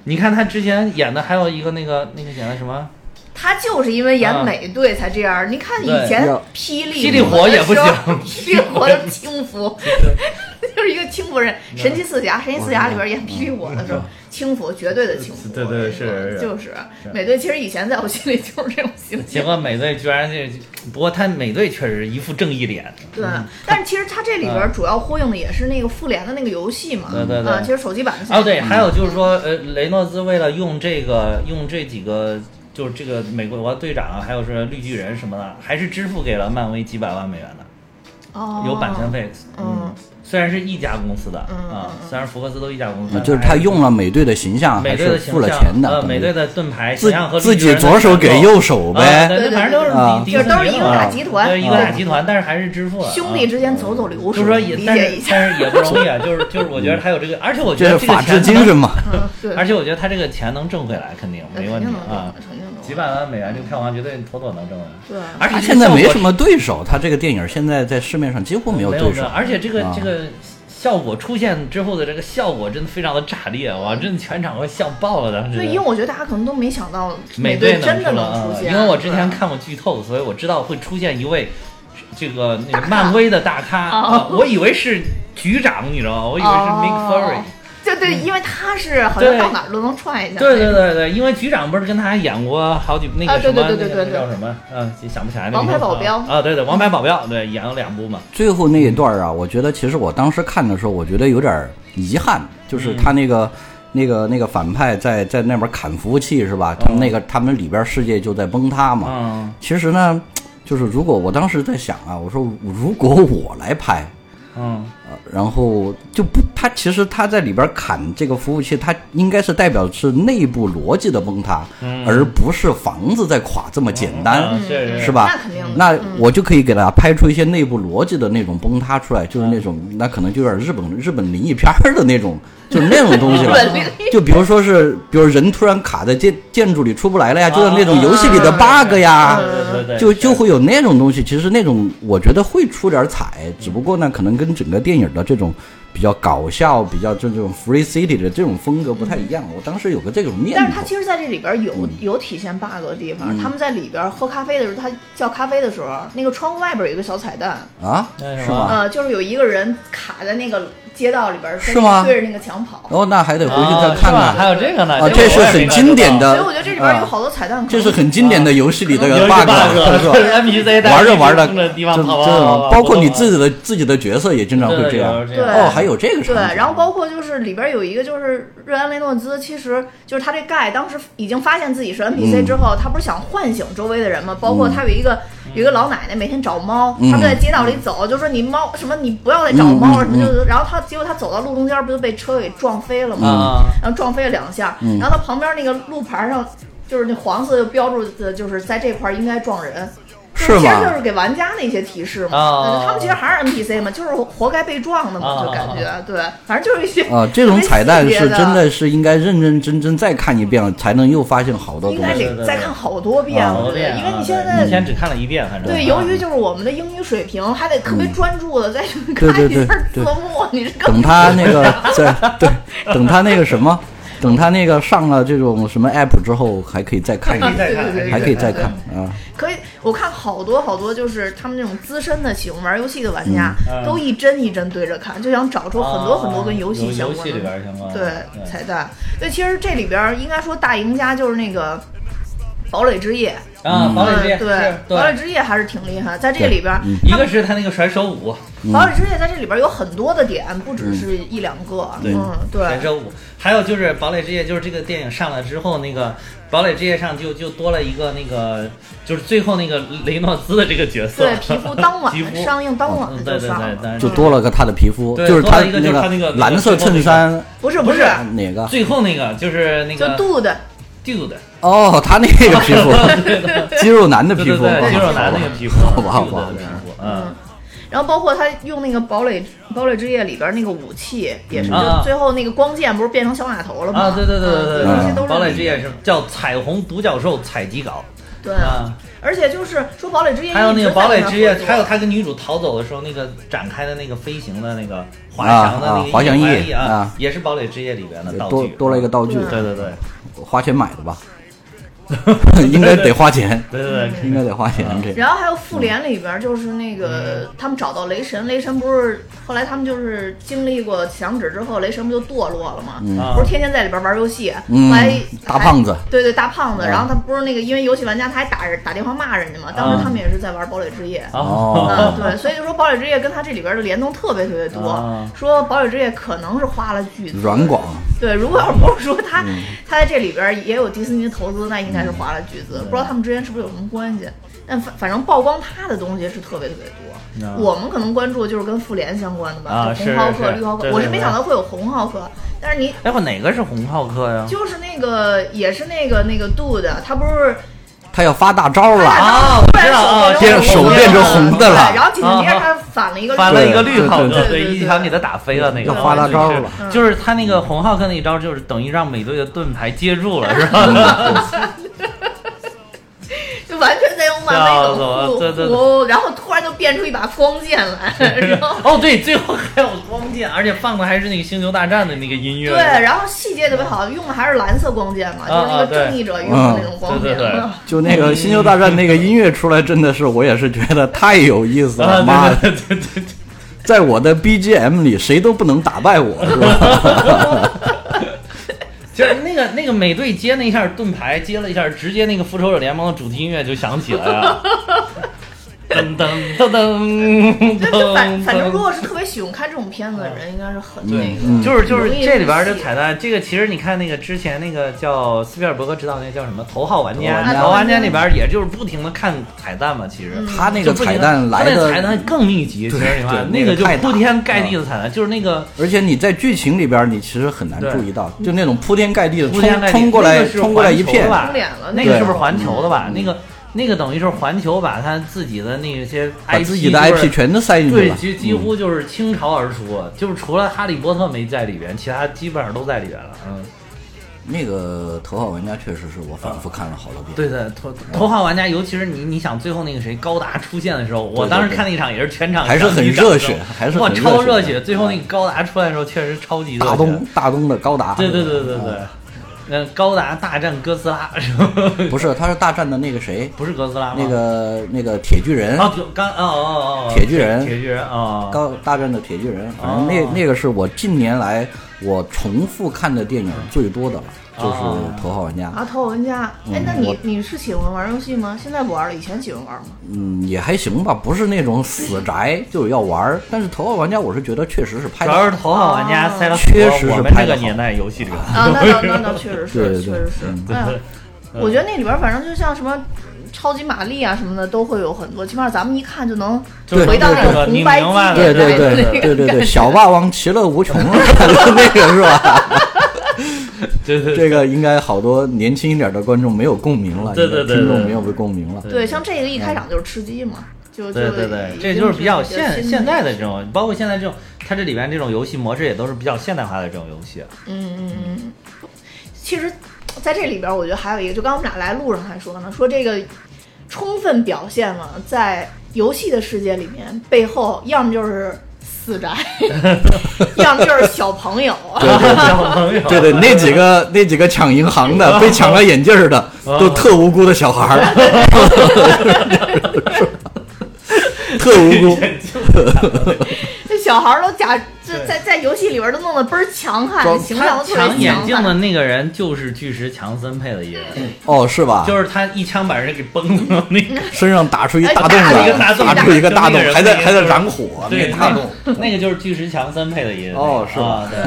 你看他之前演的还有一个那个那个演的什么
他就是因为演美队才这样儿。你看以前
对
霹雳
嗯霹雳火也不行
的时候霹雳火的轻浮， *laughs* 就是一个轻浮人。
嗯
神奇四侠，神奇四侠里边演霹雳火的时候，轻浮绝对的轻浮，
对对是是
就是
嗯
美队。其实以前在我心里就是这种形
结
象。
果美队居然这，不过他美队确实一副正义脸，
对，但是其实它这里边主要呼应的也是那个复联的那个游戏嘛，
嗯对对对
啊，其实手机版的现在
哦，对，还有就是说，呃，雷诺兹为了用这个，用这几个，就是这个美国队长啊，还有是绿巨人什么的，还是支付给了漫威几百万美元的，
哦，
有版权，费。
嗯，
虽然是一家公司的啊
嗯，
虽然福克斯都一家公司，
嗯就是
但还
他用了美队的形象，
美
还
队
是
的形
付了
象
钱的
呃，，美队的盾牌
自
形象和绿
自
巨人
己
的
左手给右手
手
呗。
对，反正都是
啊
迪
就是都是
迪士尼
一个
嘛
大集团
对，一个大
对
集团，但是还是支付了
兄弟
啊
之间走走流
就
水，
是说也，
理
但
解
是
一下，
但是也不容易啊，就是就是我觉得他有这个，而且我觉
这
得
是
这
法
个
治
钱
精神
*laughs*
嘛，
嗯，对，
而且我觉得他这个钱能挣回来，肯定没问题啊。
呃肯定能
几百万美元这个票房绝对妥妥能挣回来。
对啊
而且
他
这个
现在没
效
什么对手，他这个电影现在在市面上几乎没有
果没
对
没
手
有，而且这个、
啊
这个效果出现之后的这个效果真的非常的炸裂，哇，真的全场会笑爆了当时。
对，因为我觉得大家可能都没想到
美
队
能
真的
出了
能
啊
出，现，
因为我之前
对
看过剧透，所以我知道会出现一位这个
*laughs*
那
哦
个漫威的大咖，啊我以为是局长，你知道吗？我以为是 Nick Fury。
就就对，因为他是好像
对
到哪儿都能踹一下。
对对，对对，因为局长不是跟他还演过好几那
啊
个
对
什么，
对对对
那个
对对
叫什么？嗯，想不起来那个
王牌
名字
保
了
镖
啊，对对，王牌保镖，对，演了两部嘛。
最后那一段儿啊，我觉得其实我当时看的时候，我觉得有点儿遗憾，就是
嗯
他那个、那个那个反派在在那边砍服务器是吧？他们那个、他们里边世界就在崩塌嘛。
嗯
其实呢，就是如果我当时在想啊，我说如果我来拍，
嗯，
呃然后就不，他其实他在里边砍这个服务器，他应该是代表是内部逻辑的崩塌，而不是房子在垮这么简单。
嗯是
啊是吧
那肯定的。
那
嗯
我就可以给他拍出一些内部逻辑的那种崩塌出来，就是那种那可能就有点日本日本灵异片儿的那种，就是那种东西了
日本灵。
就比如说是，比如人突然卡在建建筑里出不来了呀，就是那种游戏里的
啊
bug 呀
对，对对对，
就是就会有那种东西。其实那种我觉得会出点彩，只不过呢，可能跟整个电影的这种比较搞笑、比较这种 free city 的这种风格不太一样。我当时有个这种
嗯
念
但是他
头。
其实在这里边有有体现 bug 的地方。他们在里边喝咖啡的时候，他叫咖啡的时候，那个窗户外边有一个小彩蛋，
啊，
那什
是
么
吗？
呃，就是有一个人卡在那个街道里边，
是吗
对着那个墙跑。
哦，那还得回去
啊
再看
是吧
看。
还有这个呢，
啊，
这
这
个
是
我也没
很
感觉
经典
到。
所
的，
以我觉得这里
嗯
边有
啊，
好多彩蛋可能。
这是很经典的游戏里的
啊有一个
bug，啊
bug，
是吧？
MPC 在
*laughs* 玩着玩着，
这个地
这
方
这
跑啊跑，
包括你自己的自己的角色也经常会这样。
对
哦，还有这个
对，
场景
然后包括就是里边有一个就是瑞安雷诺兹，其实就是他这盖当时已经发现自己是 NPC
嗯
之后，他不是想唤醒周围的人吗？包括他有一个、有一个老奶奶每天找猫，
嗯
他们在街道里走，就说你猫什么你不要再找猫
嗯
了什么就，然后他结果他走到路中间不就被车给撞飞了吗？
啊，
然后撞飞了两下，
嗯
然后他旁边那个路牌上就是那黄色就标注的就是在这块儿应该撞人。就是其
吗
实就是给玩家的一些提示嘛，
哦
呃他们其实还是 NPC 嘛，就是活该被撞的嘛，
哦
就感觉对，反正就是一些
啊，这种彩蛋是
特别细
真
节的，
的是应该认认真真再看一遍，才能又发现好多
应
东
该
西。
对对哦
得再看好多遍，
啊
我
好
觉得，
遍，
因为你现
目
在
前只看了一遍，反正
对，由于就是我们的英语水平，还得特别专注的再去
嗯对
看
对
一下字
对对
幕，你这
*laughs*
更
等他那个在对，等他那个什么，等他那个上了这种什么 app 之后，还可以再看一
*laughs*
还可以
遍，
再
对对
看，
对
还可以再
对
看啊。
可以，我看好多好多，就是他们那种资深的喜欢玩游戏的玩家，
嗯
都一帧一帧对着看，就想找出很多很多跟游戏
啊游
相
游
关
戏里
的
边嗯相关
对彩蛋。对，其实这里边儿应该说大赢家就是那个堡垒之夜，
啊，堡垒之夜
嗯对，堡垒
对，
之夜还是挺厉害，在这里边儿。
一个是他那个甩手舞，
堡垒之夜在这里边儿有很多的点，不只是一两个。嗯，
甩
对，
手舞，还有就是《堡垒之夜》，就是这个电影上了之后，那个《堡垒之夜》上就就多了一个那个，就是最后那个雷诺兹的这个角色，
对，皮肤当
*laughs* 皮肤
晚上映当晚
嗯对
就
对
上
对，
了，
但是
就多了个他的皮肤，
对
就是
多了一个
那
就是他那个
蓝色衬衫，
不是
不是
哪个？
最后那个就是那
就
个
杜的，
dude，
哦，他那个皮肤，
*laughs*
肌肉男的
对
皮
对
肤，
对，肌肉
好吧
男那个
*laughs*
皮肤，
好吧好吧
dude 的皮肤，嗯，
然后包括他用那个堡垒堡垒之夜里边那个武器也是，
嗯啊
就最后那个光剑不是变成小马头了吗？
啊，对对
嗯
对对
这些
对
都是
对，堡垒之夜是叫彩虹独角兽采集稿，
对哎
啊，
而且就是说堡垒之夜，
还有那个堡垒之夜，还有
他
他跟女主逃走的时候那个展开的那个飞行的那个滑
啊
翔的那
啊
个
滑翔翼
翼
啊
也是堡垒之夜里边的道
多
具，嗯
多了一个道具，
对对对
花钱买的吧？ *laughs* 应该得花钱，
对
嗯
对对，
应该得花钱。这
然后还有复联里边，就是那个、
嗯
他们找到雷神，雷神不是后来他们就是经历过响指之后，雷神不就堕落了吗？
啊
不是天天在里边玩游戏，
嗯
后来
大胖子
还对对大胖子，
啊
然后他不是那个因为游戏玩家，他还打人打电话骂人家嘛。当
嗯
时他们也是在玩堡垒之
啊
夜，
哦
嗯，对，所以就说《堡垒之夜》跟它这里边的联动特别特别多。
啊
说《堡垒之夜》可能是花了巨资，
软广
对，如果要不是说它、
嗯
它在这里边也有迪士尼的投资，那应该是花了巨
嗯
资。不知道他们之间是不是有什么关系？但反反正曝光它的东西是特别特别多。
啊
我们可能关注就是跟复联相关的吧，
啊
就红浩
是
克、
是是
绿浩克。
对对
我是没
对
想到会有红浩克，但是你
哎，我哪个是红浩克呀？
就是那个也是那个那个杜的，他不是。
他要发大招了，
啊，我知道啊，
突然
变手变成红的了
对然后紧接着他反了一个
翻啊了一个
绿
绿浩
对
克，
对对对
一枪给他打飞了那个，
要发大招了
嗯
就是就是他那个红浩克那一招，就是等于让美队的盾牌接住了，是吧？
就完全在用漫威
笑
的
死我
护
对对对
护，然后突然就变出一把光剑
*laughs*
来，
嗯
然后。
哦，对，最后还有光剑，而且放的还是那个星球大战的那个音乐，
对，然后细节特别好，用的还是蓝色光剑嘛，就是那
啊
个
对
正义
嗯
者用的那种光
对
剑。
对对
嗯
就那个《星球大战》那个音乐出来，真的是我也是觉得太有意思
啊，
了，妈
对对对对对，
在我的 BGM 里，谁都不能打败我，是
*laughs*
吧？
就是那个那个美队接那一下盾牌，接了一下，直接那个复仇者联盟的主题音乐就响起了呀。噔噔噔
*laughs*
噔
对，就反
噔
反正如
噔。
果是特别喜欢看这种片子的人，应该是很那
对
个，
嗯
嗯
就是就是
嗯容易
这里边的
入戏
彩蛋，这个其实你看那个之前那个叫斯皮尔伯格执导那个叫什么《头号玩
头号
家》，
玩家
头号玩家》里边也就是不停的看彩蛋嘛，其实。
嗯
他那个
就不停
彩
地
蛋
他
来
那
的
彩蛋更密集，其实你看
对
那个就
那个太大嗯
铺天盖地的彩蛋，就是那个
而且你在剧情里边，你其实很难
对
注意到，就那种铺天盖地的
铺
冲
天盖地
冲过来
那，个是
冲过来一
环球
片
吧
冲脸了那
那个
个
是不是环球的吧？那个那个等于是环球把他自己的那些
把
IP
自己的
就是
IP 全都塞进去
对，
了。嗯
几几乎就是倾巢而出，啊就是除了哈利波特没在里边，其他基本上都在里边了。嗯，
那个《头号玩家》确实是我反复看了好多遍。
对的，头头号玩家，尤其是你，你想最后那个谁高达出现的时候，我
对
当时
对
看那场也是全场
还是很
一掌声
热血还是
哇
很热
超
血
热
的嗯
血。最后那个高达出来的时候，确实超级热血。
大东大东的高达，
对对对对对，嗯，高达大战哥斯拉是吧？
不是，他是大战的那个谁，
不是哥斯拉吗？
那个那个铁巨人，
哦，就刚哦哦哦，哦
嗯铁巨人
铁巨人哦，
高大战的铁巨人，反正
哦
那那个是我近年来我重复看的电影最多的了，就是
哦
《头号玩家》。
啊，头号玩家，哎
嗯，
那你
我
你是喜欢玩游戏吗？现在不玩了，以前喜欢玩吗？
嗯，也还行吧，不是那种死宅就是要玩儿。但是《头号玩家》，我是觉得确实是拍
主
的
要是头号玩家塞了
确
很多
实是
我们这
拍
个
得
年
好
代游戏里边。
啊，那
*laughs*
倒那倒确实
对
是，
对
确
对
实是
嗯。
哎呀，
*laughs*
我觉得那里边反正就像什么超级玛丽啊什么的，都会有很多，起码咱们一看就能
就是
回到
那
那
个
种
你
红白
明白了
机
对对
年代的
对
那
对对
个
对
感
对，
觉
小霸王其乐无穷啊 *laughs* 那个是吧？
*laughs* 对对
这个应该好多年轻一点的观众没有共鸣了，
对对对对
听众没有被共鸣了。
对，像这个一开场就是吃鸡嘛，就
对对对，这就是比较现现代的这，种，包括现在这种，它这里边这种游戏模式也都是比较现代化的这种游
*laughs*
戏。
已经是一个新的嗯嗯嗯。其实，在这里边，我觉得还有一个，就刚刚我们俩来路上还说呢，说这个充分表现了在游戏的世界里面，背后要么就是死
*laughs*
宅，要么就是小朋友。
小朋友，
*laughs* 对对，那几个那几个抢银行的、被抢了眼镜儿的，都特无辜的小孩儿，特无辜，
这小孩儿都假这在在游戏里边儿都弄得倍儿强悍，形象
他
都特别强
抢
悍
眼镜的那个人就是巨石强森配的音，
哦，是吧？
就是他一枪把人给崩了那 *laughs* 个。
身上打出一大洞
哎
来，
打出一个
出一个大
大洞
就
洞
那个，人
还在
那个
还在
就是
燃火，那
对，
个大洞，
那个那个就是巨石强森配的音。
哦是吧
啊对。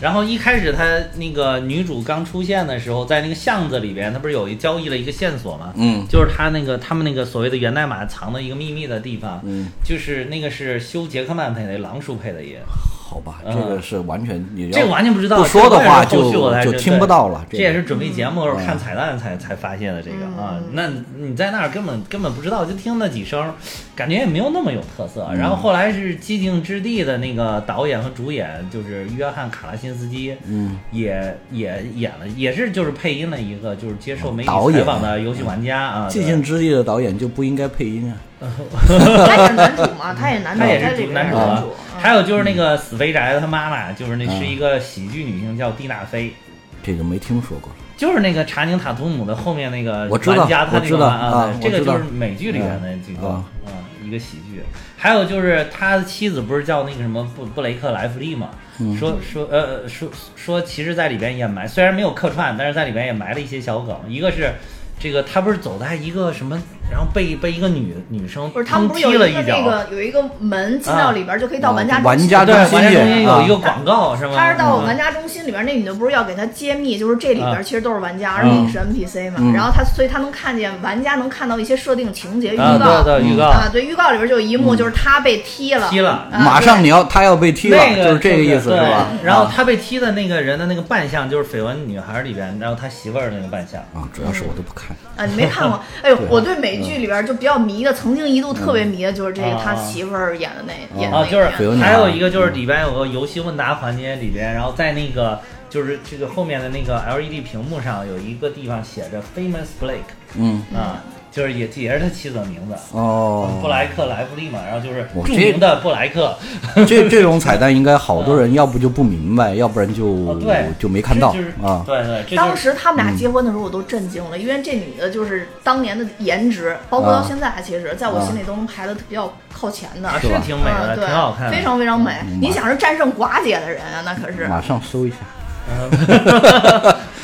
然后一开始他那个女主刚出现的时候，在那个巷子里边，他不是有一交易了一个线索吗？
嗯
就是他那个他们那个所谓的源代码藏的一个秘密的地方，
嗯，
就是那个是修杰克曼配的，狼叔配的音，
好吧，
嗯
这个是完全你要
这个完全不知道。
不说的话
这个后续我才
就
知
就听不到了
对
这个
这也是准备节目的时候
嗯
看彩蛋才才发现的这个啊。
嗯
那你在那儿根本根本不知道，就听那几声，感觉也没有那么有特色。然
嗯
后后来是《寂静之地》的那个导演和主演就是约翰卡拉辛斯基，
嗯，
也也演了，也是就是配音了一个就是接受媒体
哦导
采
演嗯
访的游戏玩家啊。对
寂静之地的导演就不应该配音啊，
他也是男主嘛，他也男主，
他也
在
是
里
主
边
男
是
主
男
啊
主。。嗯
还有就是那个死肥宅的他妈妈，就是那
嗯
是一个喜剧女星，叫蒂娜菲，
这个没听说过。
就是那个查宁塔图姆的后面那个
我知道
玩家，他
我
那
知
个
道
玩啊
啊，
对这
我知
个
道
就是美剧里面的这个
啊
嗯一个喜剧。还有就是他的妻子不是叫那个什么布布雷克莱弗利嘛？
嗯
说说呃说说，其实在里边也埋，虽然没有客串，但是在里边也埋了一些小梗。一个是这个他不是走在一个什么，然后被被一个女女生
不是他们不是
蹬
有
踢
一
了
个
一
那
脚，
个有一个门进到里边儿就可以到
啊
玩家
玩
中心
家
对，玩
中
家
心
中间有一个
啊
广告是吗？
他是到
嗯
玩家中心里边儿，那女的不是要给他揭秘，就是这里边
啊
儿其实都是玩家，而
嗯
你是 NPC 嘛。然后他，所以他能看见玩家能看到一些设定情节预
啊，
告
对对，预告。嗯
啊，对，预告里边儿就有一幕就是他被踢了，
踢了
啊
马上你要他要被踢了，
那个
就是这个意思
对
是吧？
然后
啊
他被踢的那个人的那个扮相，就是《绯闻女孩》里边，然后他媳妇儿那个扮相。
啊，主要是我都不看，
啊，你没看过？
*laughs*
哎呦，我对美
嗯
剧里边儿就比较迷的，曾经一度特别迷的就是这个
啊
他媳妇儿演的那演的
啊，
那
就
个
绯
是
闻女孩嗯
还有一个就是里边有个游戏问答环节里边，然后在那个就是这 E 个后面的那个 LED 屏幕上有一个地方写着 “Famous Blake”
嗯，
啊，就是也也是他妻子的名字，布
哦，
莱克莱弗利嘛，然后就是
我
著
这
名的布莱克，
*laughs* 这这种彩蛋应该好多人要不就不明白，要不然就、
*laughs* 哦对，
就没看到
这就是
啊。
对对，这就是
当时他们
嗯
俩结婚的时候，我都震惊了，因为这女的就是当年的颜值，包括到
啊
现在，其实在我心里都能排的比较靠前的。
啊是
吧
挺美
嗯
的，
对
挺好看的，
非常非常美。你想是战胜寡姐的人啊，那可是
嗯马上搜一下，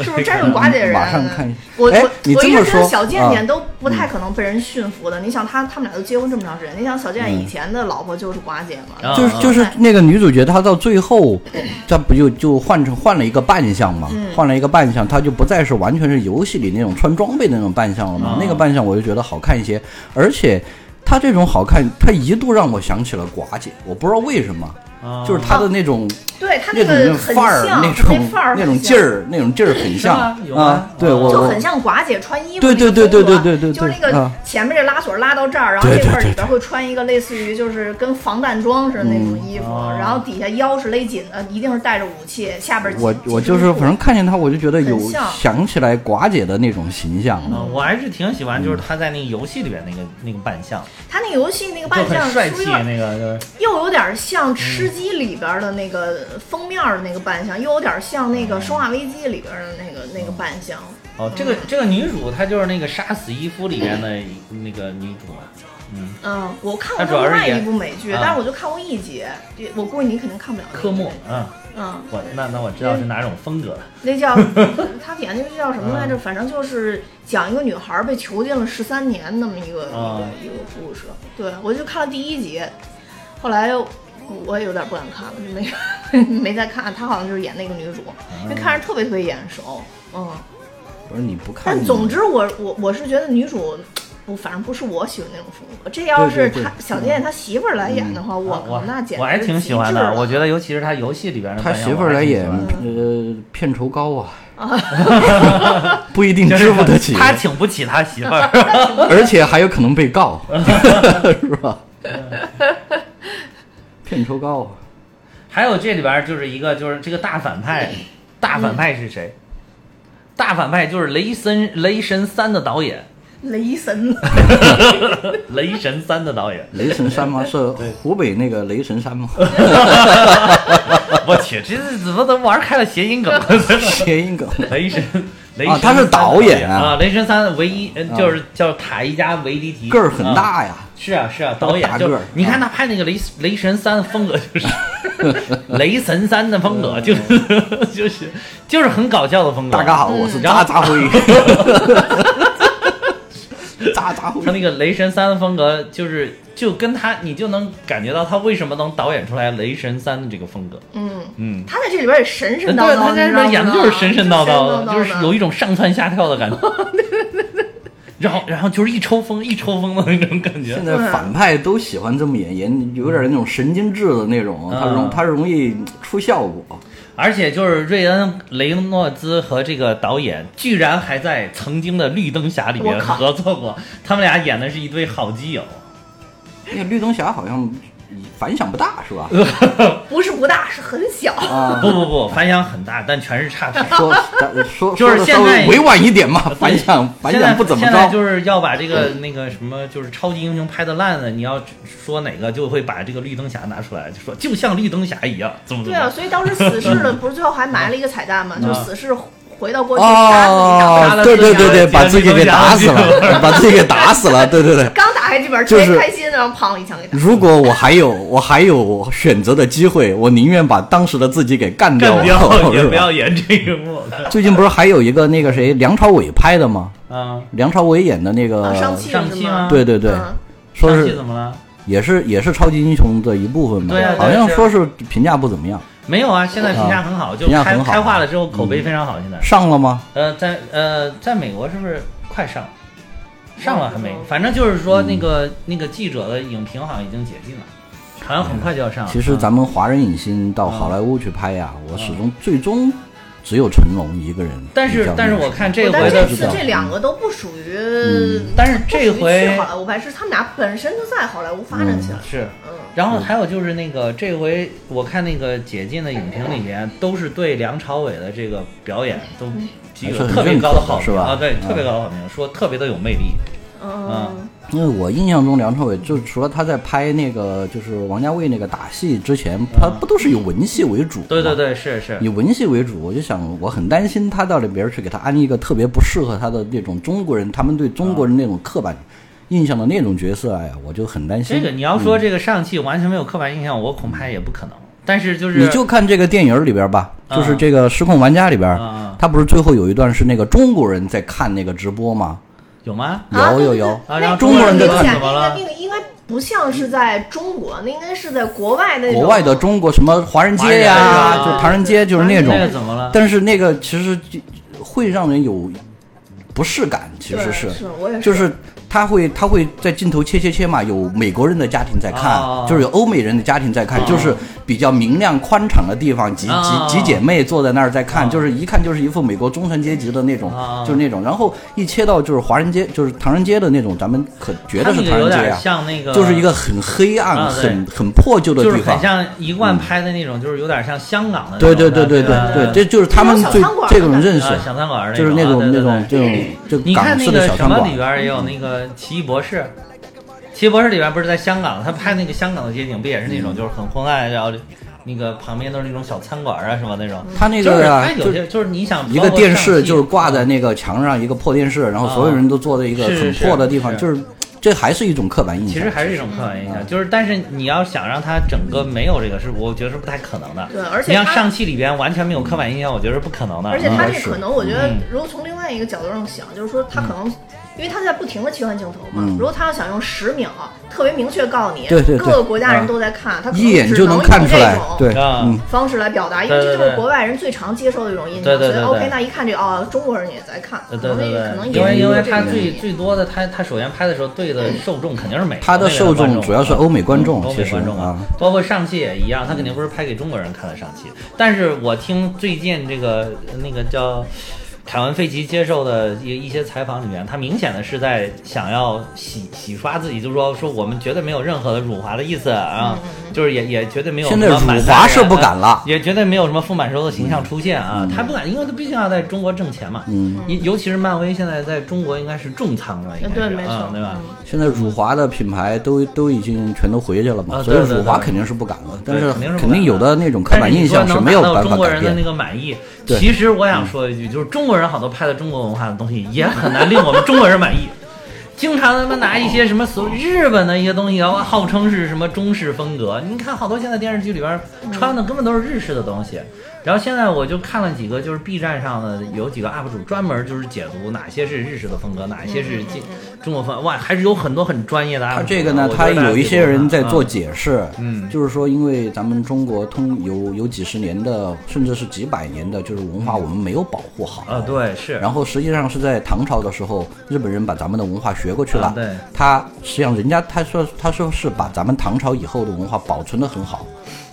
是不是战胜寡姐的人？啊
马上看一下
我
哎
我
你
我
这
一
么
直觉得
说
小贱
啊
贱都不太可能被人驯服的。你想他他们俩都结婚这么长时间，你想小
嗯
贱以前的老婆就是寡姐嘛？
啊
就是就是
嗯
那个女主角，她到最后，她不就就换成换了一个扮相嘛，
嗯
换了一个扮相，她就不再是完全是游戏里那种穿装备的那种扮相了嘛
嗯
啊。
那个扮相我就觉得好看一些，而且她这种好看，她一度让我想起了寡姐，我不知道为什么，
啊
就是她的那种
对他
那
嗯哦那
种
个很
范儿，
像，
那
那
种
范儿
那
很
种
像
劲。儿，那种劲儿很像
是吗有吗
啊。对我
就
我
很像寡姐穿衣服
对
那个
对对
风
对
格，
对对对
就是那个
啊
前面这拉锁拉到这儿，然后
对
这
对
块儿
对
里边会穿一个类似于就是跟防弹装似的那种衣服，
嗯啊
哦
然后底下腰是勒紧的，一定是带着武器，下边
我
紧
我
紧
就是
身裤
反正看见她我就觉得有
很像
想起来寡姐的那种形象了。
嗯我还是挺喜欢，就是他在那个游戏里边那个那个扮相，
他那个游戏那个
就
扮
很
相
帅
是不
气，
是有点
那个呃就是
又有点
嗯
像《吃鸡》里边的那个封面的那个扮相，又有点像那个
嗯
《生化危机》里边的那个那个扮相。
哦，这个这个女主她就是那个杀死伊夫里边的一那个女主嘛，嗯，
嗯，我看
它
过
主要
他
是
另外一
演
部美剧，
啊
但是我就看过一集，这我估计你肯定看不了那个。
科莫，嗯，
嗯，
我那那我知道是哪种风格了，
那
*laughs*
叫他演那个叫什么
啊
来着？反正就是讲一个女孩被囚禁了十三年那么一个、
啊
一个一个故事。对我就看了第一集，后来我也有点不敢看了，就没 *laughs* 没再看。她好像就是演那个女主，
嗯
因为看着特别特别眼熟。嗯，
不是你不看
但
你，
总之我我我是觉得女主。我反正不是我喜欢那种风格，这要
对
是
对
她小贱她媳妇儿来演的话，我
啊
靠，
我
那简直
我还挺喜欢
极致
的，
了
我觉得尤其是她游戏里边的
他
扮相，
媳妇儿
我还
来
挺喜
演
欢的
呃片酬高啊，
啊
*laughs* 嗯不
*laughs*
一定支付得起，
他请不起他媳妇儿， *laughs*
而且还有可能被 *laughs* 告，是吧？片酬高啊，
还有这里边就是一个就是这个大反派，大反派是谁？大反派就是雷森雷神三的导演， *laughs*
雷神，
雷神三的导演，
雷神山吗？是湖北那个雷神山吗？
*laughs* 我去，这是怎么都玩开了谐音梗？
*laughs* 谐音梗。
雷神，雷神
啊他是导演啊
啊！雷神三唯一呃就是叫卡伊加维迪提，
个儿很
啊。
大呀，
是啊是啊，导演
大个
就
儿
是你看他拍那个雷雷神三的风格就是 *laughs* 雷神三的风格，就是就是就是很搞笑的风
嗯
格。嗯
大家好，我
嗯
是渣渣辉， *laughs* 渣渣
他
辉，
那个雷神三的风格，就是就跟他，你就能感觉到他为什么能导演出来雷神三的这个风格。
嗯，
嗯，
他在这里边也神神
对，
叨叨，
他在
你知
里
道
边演的就是
吗
神神叨叨的，
的，
就是有一种上蹿下跳的 *laughs* 感觉。然后，然后就是一抽风一抽风的那种感觉
现。在反派都喜欢这么演，演有点那种神经质的那种，他容
啊
他容易出效果。
而且就是瑞恩·雷诺兹和这个导演居然还在曾经的《绿灯侠》里面
我靠
合作过，他们俩演的是一对好基友。
那个绿灯侠好像反响不大，
*laughs*
是吧？
不是不大，是很小。
啊，
不不不，反响很大，但全是差 *laughs* 评。
说咱说
就是
说的
现
稍
在
微委婉一点嘛，反响反
现在
响不怎么
现在
着。
就是要把这个那个什么，就是超级英雄拍的烂的，你要说哪个，就会把这个绿灯侠拿出来，就说就像绿灯侠一样，怎么怎
对
么
啊，
样。
所以当时死侍的不是最后还埋了一个彩蛋吗？就是死侍回到过去杀自己打
哦
杀，了
对
自己
对对对，把自己给打死
结果
了， *laughs*
*laughs*
把自己给打死了，对对对。
刚打开剧本，特
就是
别开心，然后砰一枪给打。
如果我还有我还有选择的机会，我宁愿把当时的自己给干掉。
干 *laughs* 掉也
*laughs* 是
不
吧
要演这个幕
最近不是还有一个那个谁梁朝伟拍的吗？
啊！
梁朝伟演的那个
啊，，上气
上
是
气吗
吗？
对对对，
嗯
说
上戏
是
怎么了？
也是也是超级英雄的一部分嘛
对啊，对
好像
是啊
说是评价不怎么样，
没有啊，现在评价很好，就
评价
开
很好啊嗯
开化了之后口碑非常好。现在
上了吗？
呃，在呃，在美国是不是快上？上了还没
我不知，道
反正就是说
嗯
那个那个记者的影评好像已经解禁了，好像很快就要上了。
哎
嗯
其实咱们华人影星到好莱坞去拍呀、我始终最终只有成龙一个人比较
但
认
是
识。
但是我看这
但
回的
这次这两个都不属于，
但是这
不属于去
回
好莱坞拍，是他们俩本身就在好莱坞发展起来。
是，
嗯，
然后还有就是那个这回我看那个解禁的影评里面，都是对梁朝伟的这个表演都给予了特别高的好
还是很认可的是
评
吧
啊，对，
嗯
特别高的好评，说特别的有魅力，
嗯，
因为我印象中梁朝伟就除了他在拍那个就是王家卫那个打戏之前，他不都是以文戏为主？
嗯对对。对，是是
以，文戏为主，我就想，我很担心他到里边去给他安一个特别不适合他的那种中国人，他们对中国人那种刻板印象的那种角色，哎呀，我就很担心。
这个你要说这个上汽完全没有刻板印象，我恐怕也不可能。但是就是
嗯你就看这个电影里边吧，
嗯
就是这个《失控玩家》里边
嗯嗯，
他不是最后有一段是那个中国人在看那个直播吗？
有吗？
啊
有有有，
啊，然后
中国人在
那个
看
假
怎么
那
了
个？那个应该不像是在中国，那应该是在国外那种
国外的中国什么华人街呀、
华人街啊
就唐人街，就是那
对
种
那。个怎么了？
但是那个其实就会让人有不适感，其
对
实
是，我也
就是他会他会在镜头切切切嘛，有美国人的家庭在看
哦，
就是有欧美人的家庭在看
哦，
就是比较明亮宽敞的地方，几
哦
几几姐妹坐在那儿在看，
哦
就是一看就是一副美国中产阶级的那种
哦，
就是那种。然后一切到就是华人街，就是唐人街的那种，咱们可觉
他
得是
那
唐
个有
人街
点
呀。
像那个，
就是一个很黑暗、
啊对
很很破旧的
就
地
是
方
很，像一贯拍的那种，就是有点像香港的那种
对对
的。
对对
那个
对对，这就是他们
那种
最
小餐馆儿
这种
的
认
啊
识，
小餐馆儿
就是那
种啊
种那
对对
种
对
这种就
你
港
看那
式的
个
小
什
餐
么
馆
里边
儿。
儿也
嗯
有那个《奇异博士》，《奇异博士》里边儿不是在香港，他拍那个香港的街景，不也是那
嗯
种就是很昏暗，然后那个旁边都是那种小餐馆啊什么那种。
嗯
他那
就是
个呀
他，有
就
些就是你想
一个电视就是挂在那个墙上，一个破电视，然后所有人都坐在一个
啊是
很
是
破的地方，
是
就是这还是一种刻板印象。
其实还是一种刻板印
嗯
象，就是但是你要想让它整个没有这个，是我觉得是不太可能的。
对而且
你像
它
上汽里边完全没有刻板印象，我觉得是不可能的。
而且他
嗯
这
是
可能，我觉得
嗯
如果从另外一个角度上想，就是说他可能，因为他在不停的切换镜头嘛，
嗯
如果他要想用十秒特别明确告诉你，
对对对
各个国家人都在看，他可能
一眼
只
就能
能用
看出来
这种，
对，
啊
嗯，
方式来表达，因为
对对
这就是
对
国外人最常接受的一种印象，
对对对
所以
对
OK，那一看这哦，中国人也在看，
呃对对
可
对，
能也
因
可能
为
也
因为
这个
他
原
最
因
最多的他他首先拍的时候对的受众肯定是美国
他
那边的
的受
观
众主要是欧美观众
嗯，欧
其
美
实
观众
啊，
包括上汽也一样，他肯定不是拍给中国人看的上汽。但是我听最近这个那个叫凯文·费奇接受的一一些采访里面，他明显的是在想要洗洗刷自己，就是说说我们绝对没有任何的辱华的意思
嗯
啊，就是也也绝对没有
现在
什么
辱
满
华
大
是
人
不敢了。
也绝对没有什么丰满时候的形象出现啊，他不敢，因为他必须要在中国挣钱嘛。
嗯，
尤其是漫威现在在中国应该是重仓了，应该
对
是
没
啊
错
对吧？
嗯
现在辱华的品牌都都已经全都回去了嘛，
啊
所以
对对
辱华
对
肯定是不敢了。但
对
是
肯定是不
肯定
敢
有的那种刻板印象
但是你说能
没有
达到
办
中
法
国
改
人的那
变。
个满意。
对嗯
其实我想说一句，就是中国人好多拍的中国文化的东西，也很难令我们中国人满意。经常他妈拿一些什么所日本的一些东西啊，号称是什么中式风格。你看好多现在电视剧里边穿的根本都是日式的东西。然后现在我就看了几个，就是 B 站上的有几个 UP 主专门就是解读哪些是日式的风格，哪些是进中国风。哇，还是有很多很专业的 UP 主
他
的。
这个呢，
啊我觉
他
得大家
有一
可以
些
多看
人在
啊
做解释，
嗯
就是说，因为咱们中国通有有几十年的，甚至是几百年的，就是文化我们没有保护好
嗯啊，对是。
然后实际上是在唐朝的时候，日本人把咱们的文化学过去了。
啊对
他实际上人家他说他说是把咱们唐朝以后的文化保存的很好，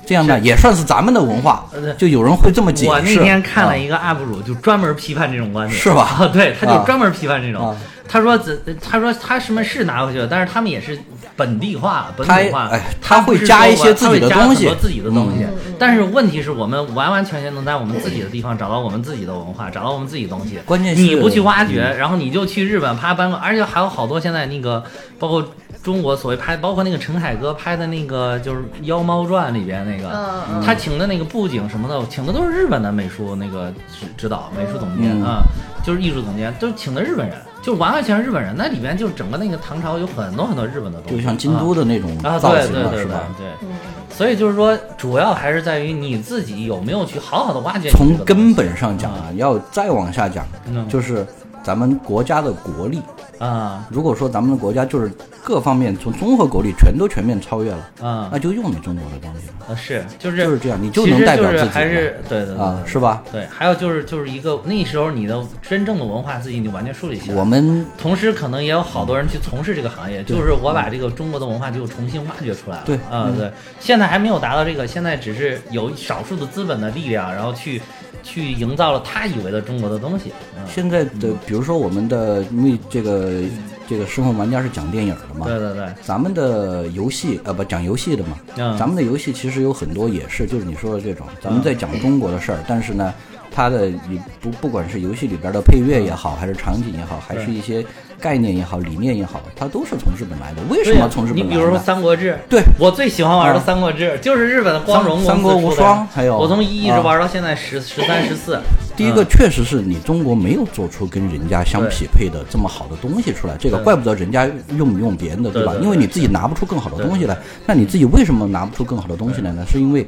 这样呢也算是咱们的文化
呃对。
就有人会这么解释。
我那天看了
啊
一个 UP 主，就专门批判这种观点，
是吧
啊对，他
啊
就专门批判这种
啊。
他说怎，他说他什么是拿回去了，但是他们也是本地化、本土化，
他哎
他
他会
不是
加
说
一些自己的
他
东
会加
西嗯
很多自己的东西。但是问题是我们完完全全能在我们自己的地方找到我们自己的文化，找到我们自己的东西。
关键是
你不去挖掘，然后你就去日本啪搬个，而且还有好多现在那个包括。中国所谓拍，包括那个陈凯歌拍的那个就是《妖猫传》里边那个，
嗯嗯
他请的那个布景什么的，请的都是日本的美术那个指指导、美术总监
嗯
啊、就是艺术总监，都请的日本人，就完完全全日本人。那里边就整个那个唐朝有很多很多日本的东西，
就像京都的那种
啊，啊
造
对
型
对
嘛，
对
是
对
吧？
嗯
对。所以就是说，主要还是在于你自己有没有去好好的挖掘。
从根本上讲啊，要再往下讲，
嗯
就是咱们国家的国力。
啊
如果说咱们的国家就是各方面从综合国力全都全面超越了，
啊
那就用你中国的东西吧。
啊是就是
就是这样你就
其实
能代表
就
自
是
己
还
嘛
是对对对
啊，
对
是吧？
对，还有就是就是一个那时候你的真正的文化自己你完全树立起来。
我们
同时，可能也有好多人去从事这个行业，就是我把这个中国的文化就重新挖掘出来了。
对嗯
啊、对，现在还没有达到这个，现在只是有少数的资本的力量，然后去去营造了他以为的中国的东西。嗯，
现在的，比如说我们的，因为这个这个《生活玩家》是讲电影的嘛，
对对对，
咱们的游戏呃不讲游戏的嘛，
嗯
咱们的游戏其实有很多也是就是你说的这种，咱们在讲中国的事儿，但是呢，它的也不不管是游戏里边的配乐也好，还是场景也好，还是一些概念也好，理念也好，它都是从日本来的。为什
对呀
么从日
你
本
比
来
如说《
的？
三国志》，
对
我最喜欢玩的《
啊
三国志》就是日本的光荣公司
三三国无
出的
双还有
我从一一直
啊
玩到现在十十三十四。
第一
嗯
个确实是你中国没有做出跟人家相匹配的这么好的东西出来，这个
对
怪不得人家用你用别人的，
对
吧
对？对
因为你自己拿不出更好的东西来，那你自己为什么拿不出更好的东西来呢？是因为。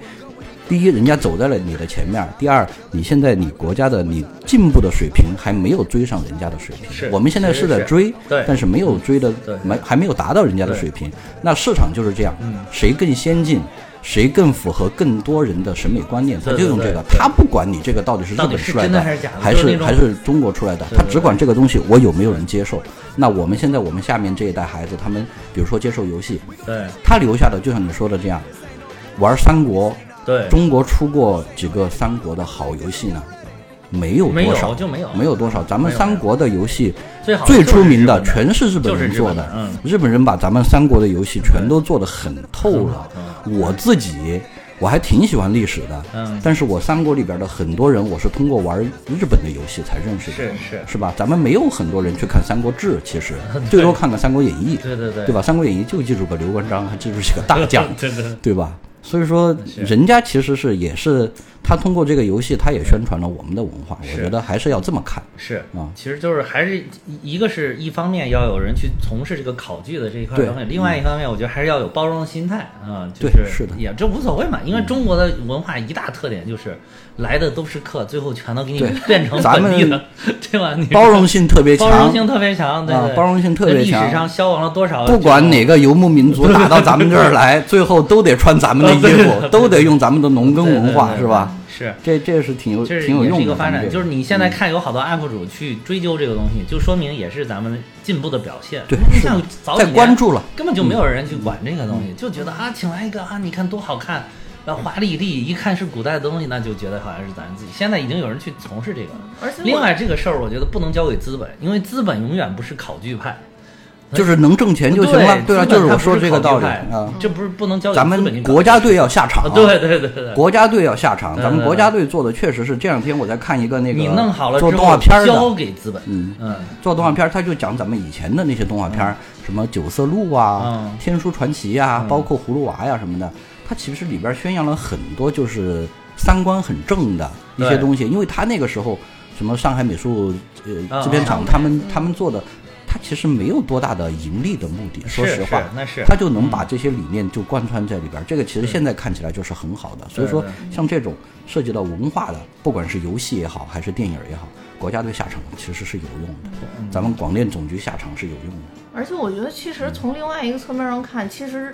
第一，人家走在了你的前面儿；第二，你现在你国家的你进步的水平还没有追上人家的水
是
平。我们现在
确实
是在
是
追
对，
但是没有追的
对，
没还没有达到人家的
对嗯
水平。那市场就是这样，谁更先进，谁更符合更多人的审美观念，他
对
就
对
用这
对
个，
对
他不管你这个到底是日
到底
本
是
出来
真的还是假的
还
就是
是
那种
还是中国出来的，他只管这个东西我有没有人接受。那我们现在我们下面这一代孩子，他们比如说接受游戏，
对
他留下的就像你说的这样，玩三国，
对，
中国出过几个三国的好游戏呢？没有
没
多
有
少，
就没有
没有多少。咱
没
们
有
三国的游戏
最好
最
就是
出名
日
的
本
全是日本
就是
人
日
做
本
的
的嗯，
日本人把咱们三国的游戏全都做得很透了。我自己我还挺喜欢历史的，
嗯
但是我三国里边的很多人，我是通过玩日本的游戏才认识的
是，是
是吧？咱们没有很多人去看《三国志》，其实最多看看《三国演义》，
对对对，
对吧？《三国演义》就记住个刘关张，还记住几个大将
*laughs* 对对对
对吧？所以说，
是
人家其实是也是他通过这个游戏，他也宣传了我们的文化。我
是
觉得还是要这么看。
是
啊
其实就是还是一个是一方面要有人去从事这个考据的这一块
对嗯
方面，另外一方面我觉得还是要有包容的心态啊，就
对
是
是的
也这无所谓嘛，因为中国的文化一大特点就是来的都是客，最后全都给你
对
变成
咱
本地
们
的， *laughs* 对吧？你
包容性特别
包容
强，
性特别强，对
啊
对
包容性特别
历史
强
上消亡了多少？
不管哪
个，
个游牧民族打到咱们这儿来，最后都得穿咱们的衣
*laughs*
服，都得用咱们的农耕文化，
对对对
是吧？
是。
这这是挺有
这是
挺有
也是
用
一个
的
发
咱们这个
展，
嗯
就是你现在看有好多 UP 主去追究这个东西，就说明也是咱们进步的表现。
对
不
是
像
的
早几
在
年
关注嗯了，
根本就没有人去管这个东西，就觉得啊，请来一个啊，你看多好看，啊，华丽丽，一看是古代的东西，那就觉得好像是咱自己。现在已经有人去从事这个了。
而且我
另外这个事儿，我觉得不能交给资本，因为资本永远不是考据派。哎
就是能挣钱就行了，对啊，就是我说的这个道理啊。
这不是不能交给
咱
资本去
们
搞
国家队要下场
啊，，对对对对。
国家队要下场，
对
咱们
对
国
对
家队做的确实是。这两天我在看一个那个，
你弄好了
做
之
动画
后
片儿
交
的，
给资本，
嗯
嗯，
做动画片儿，他就讲咱们以前的那些动画片儿，什么九色鹿啊
嗯、
天书传奇呀
嗯，
包括葫芦娃呀什么的，它其实里边宣扬了很多就是三观很正的一些
对
东西，因为他那个时候什么上海美术
嗯
呃制片厂他们他们做的，他其实没有多大的盈利的目的，说
是
实话
是，那是
他就能把这些理念就贯穿在里边儿。这个其实现在看起来就是很好的，所以说
对
像这种涉及到文化的，不管是游戏也好，还是电影也好，国家队下场其实是有用的，
嗯
咱们广电总局下场是有用的。
而且我觉得，其实从另外一个侧面上看，其实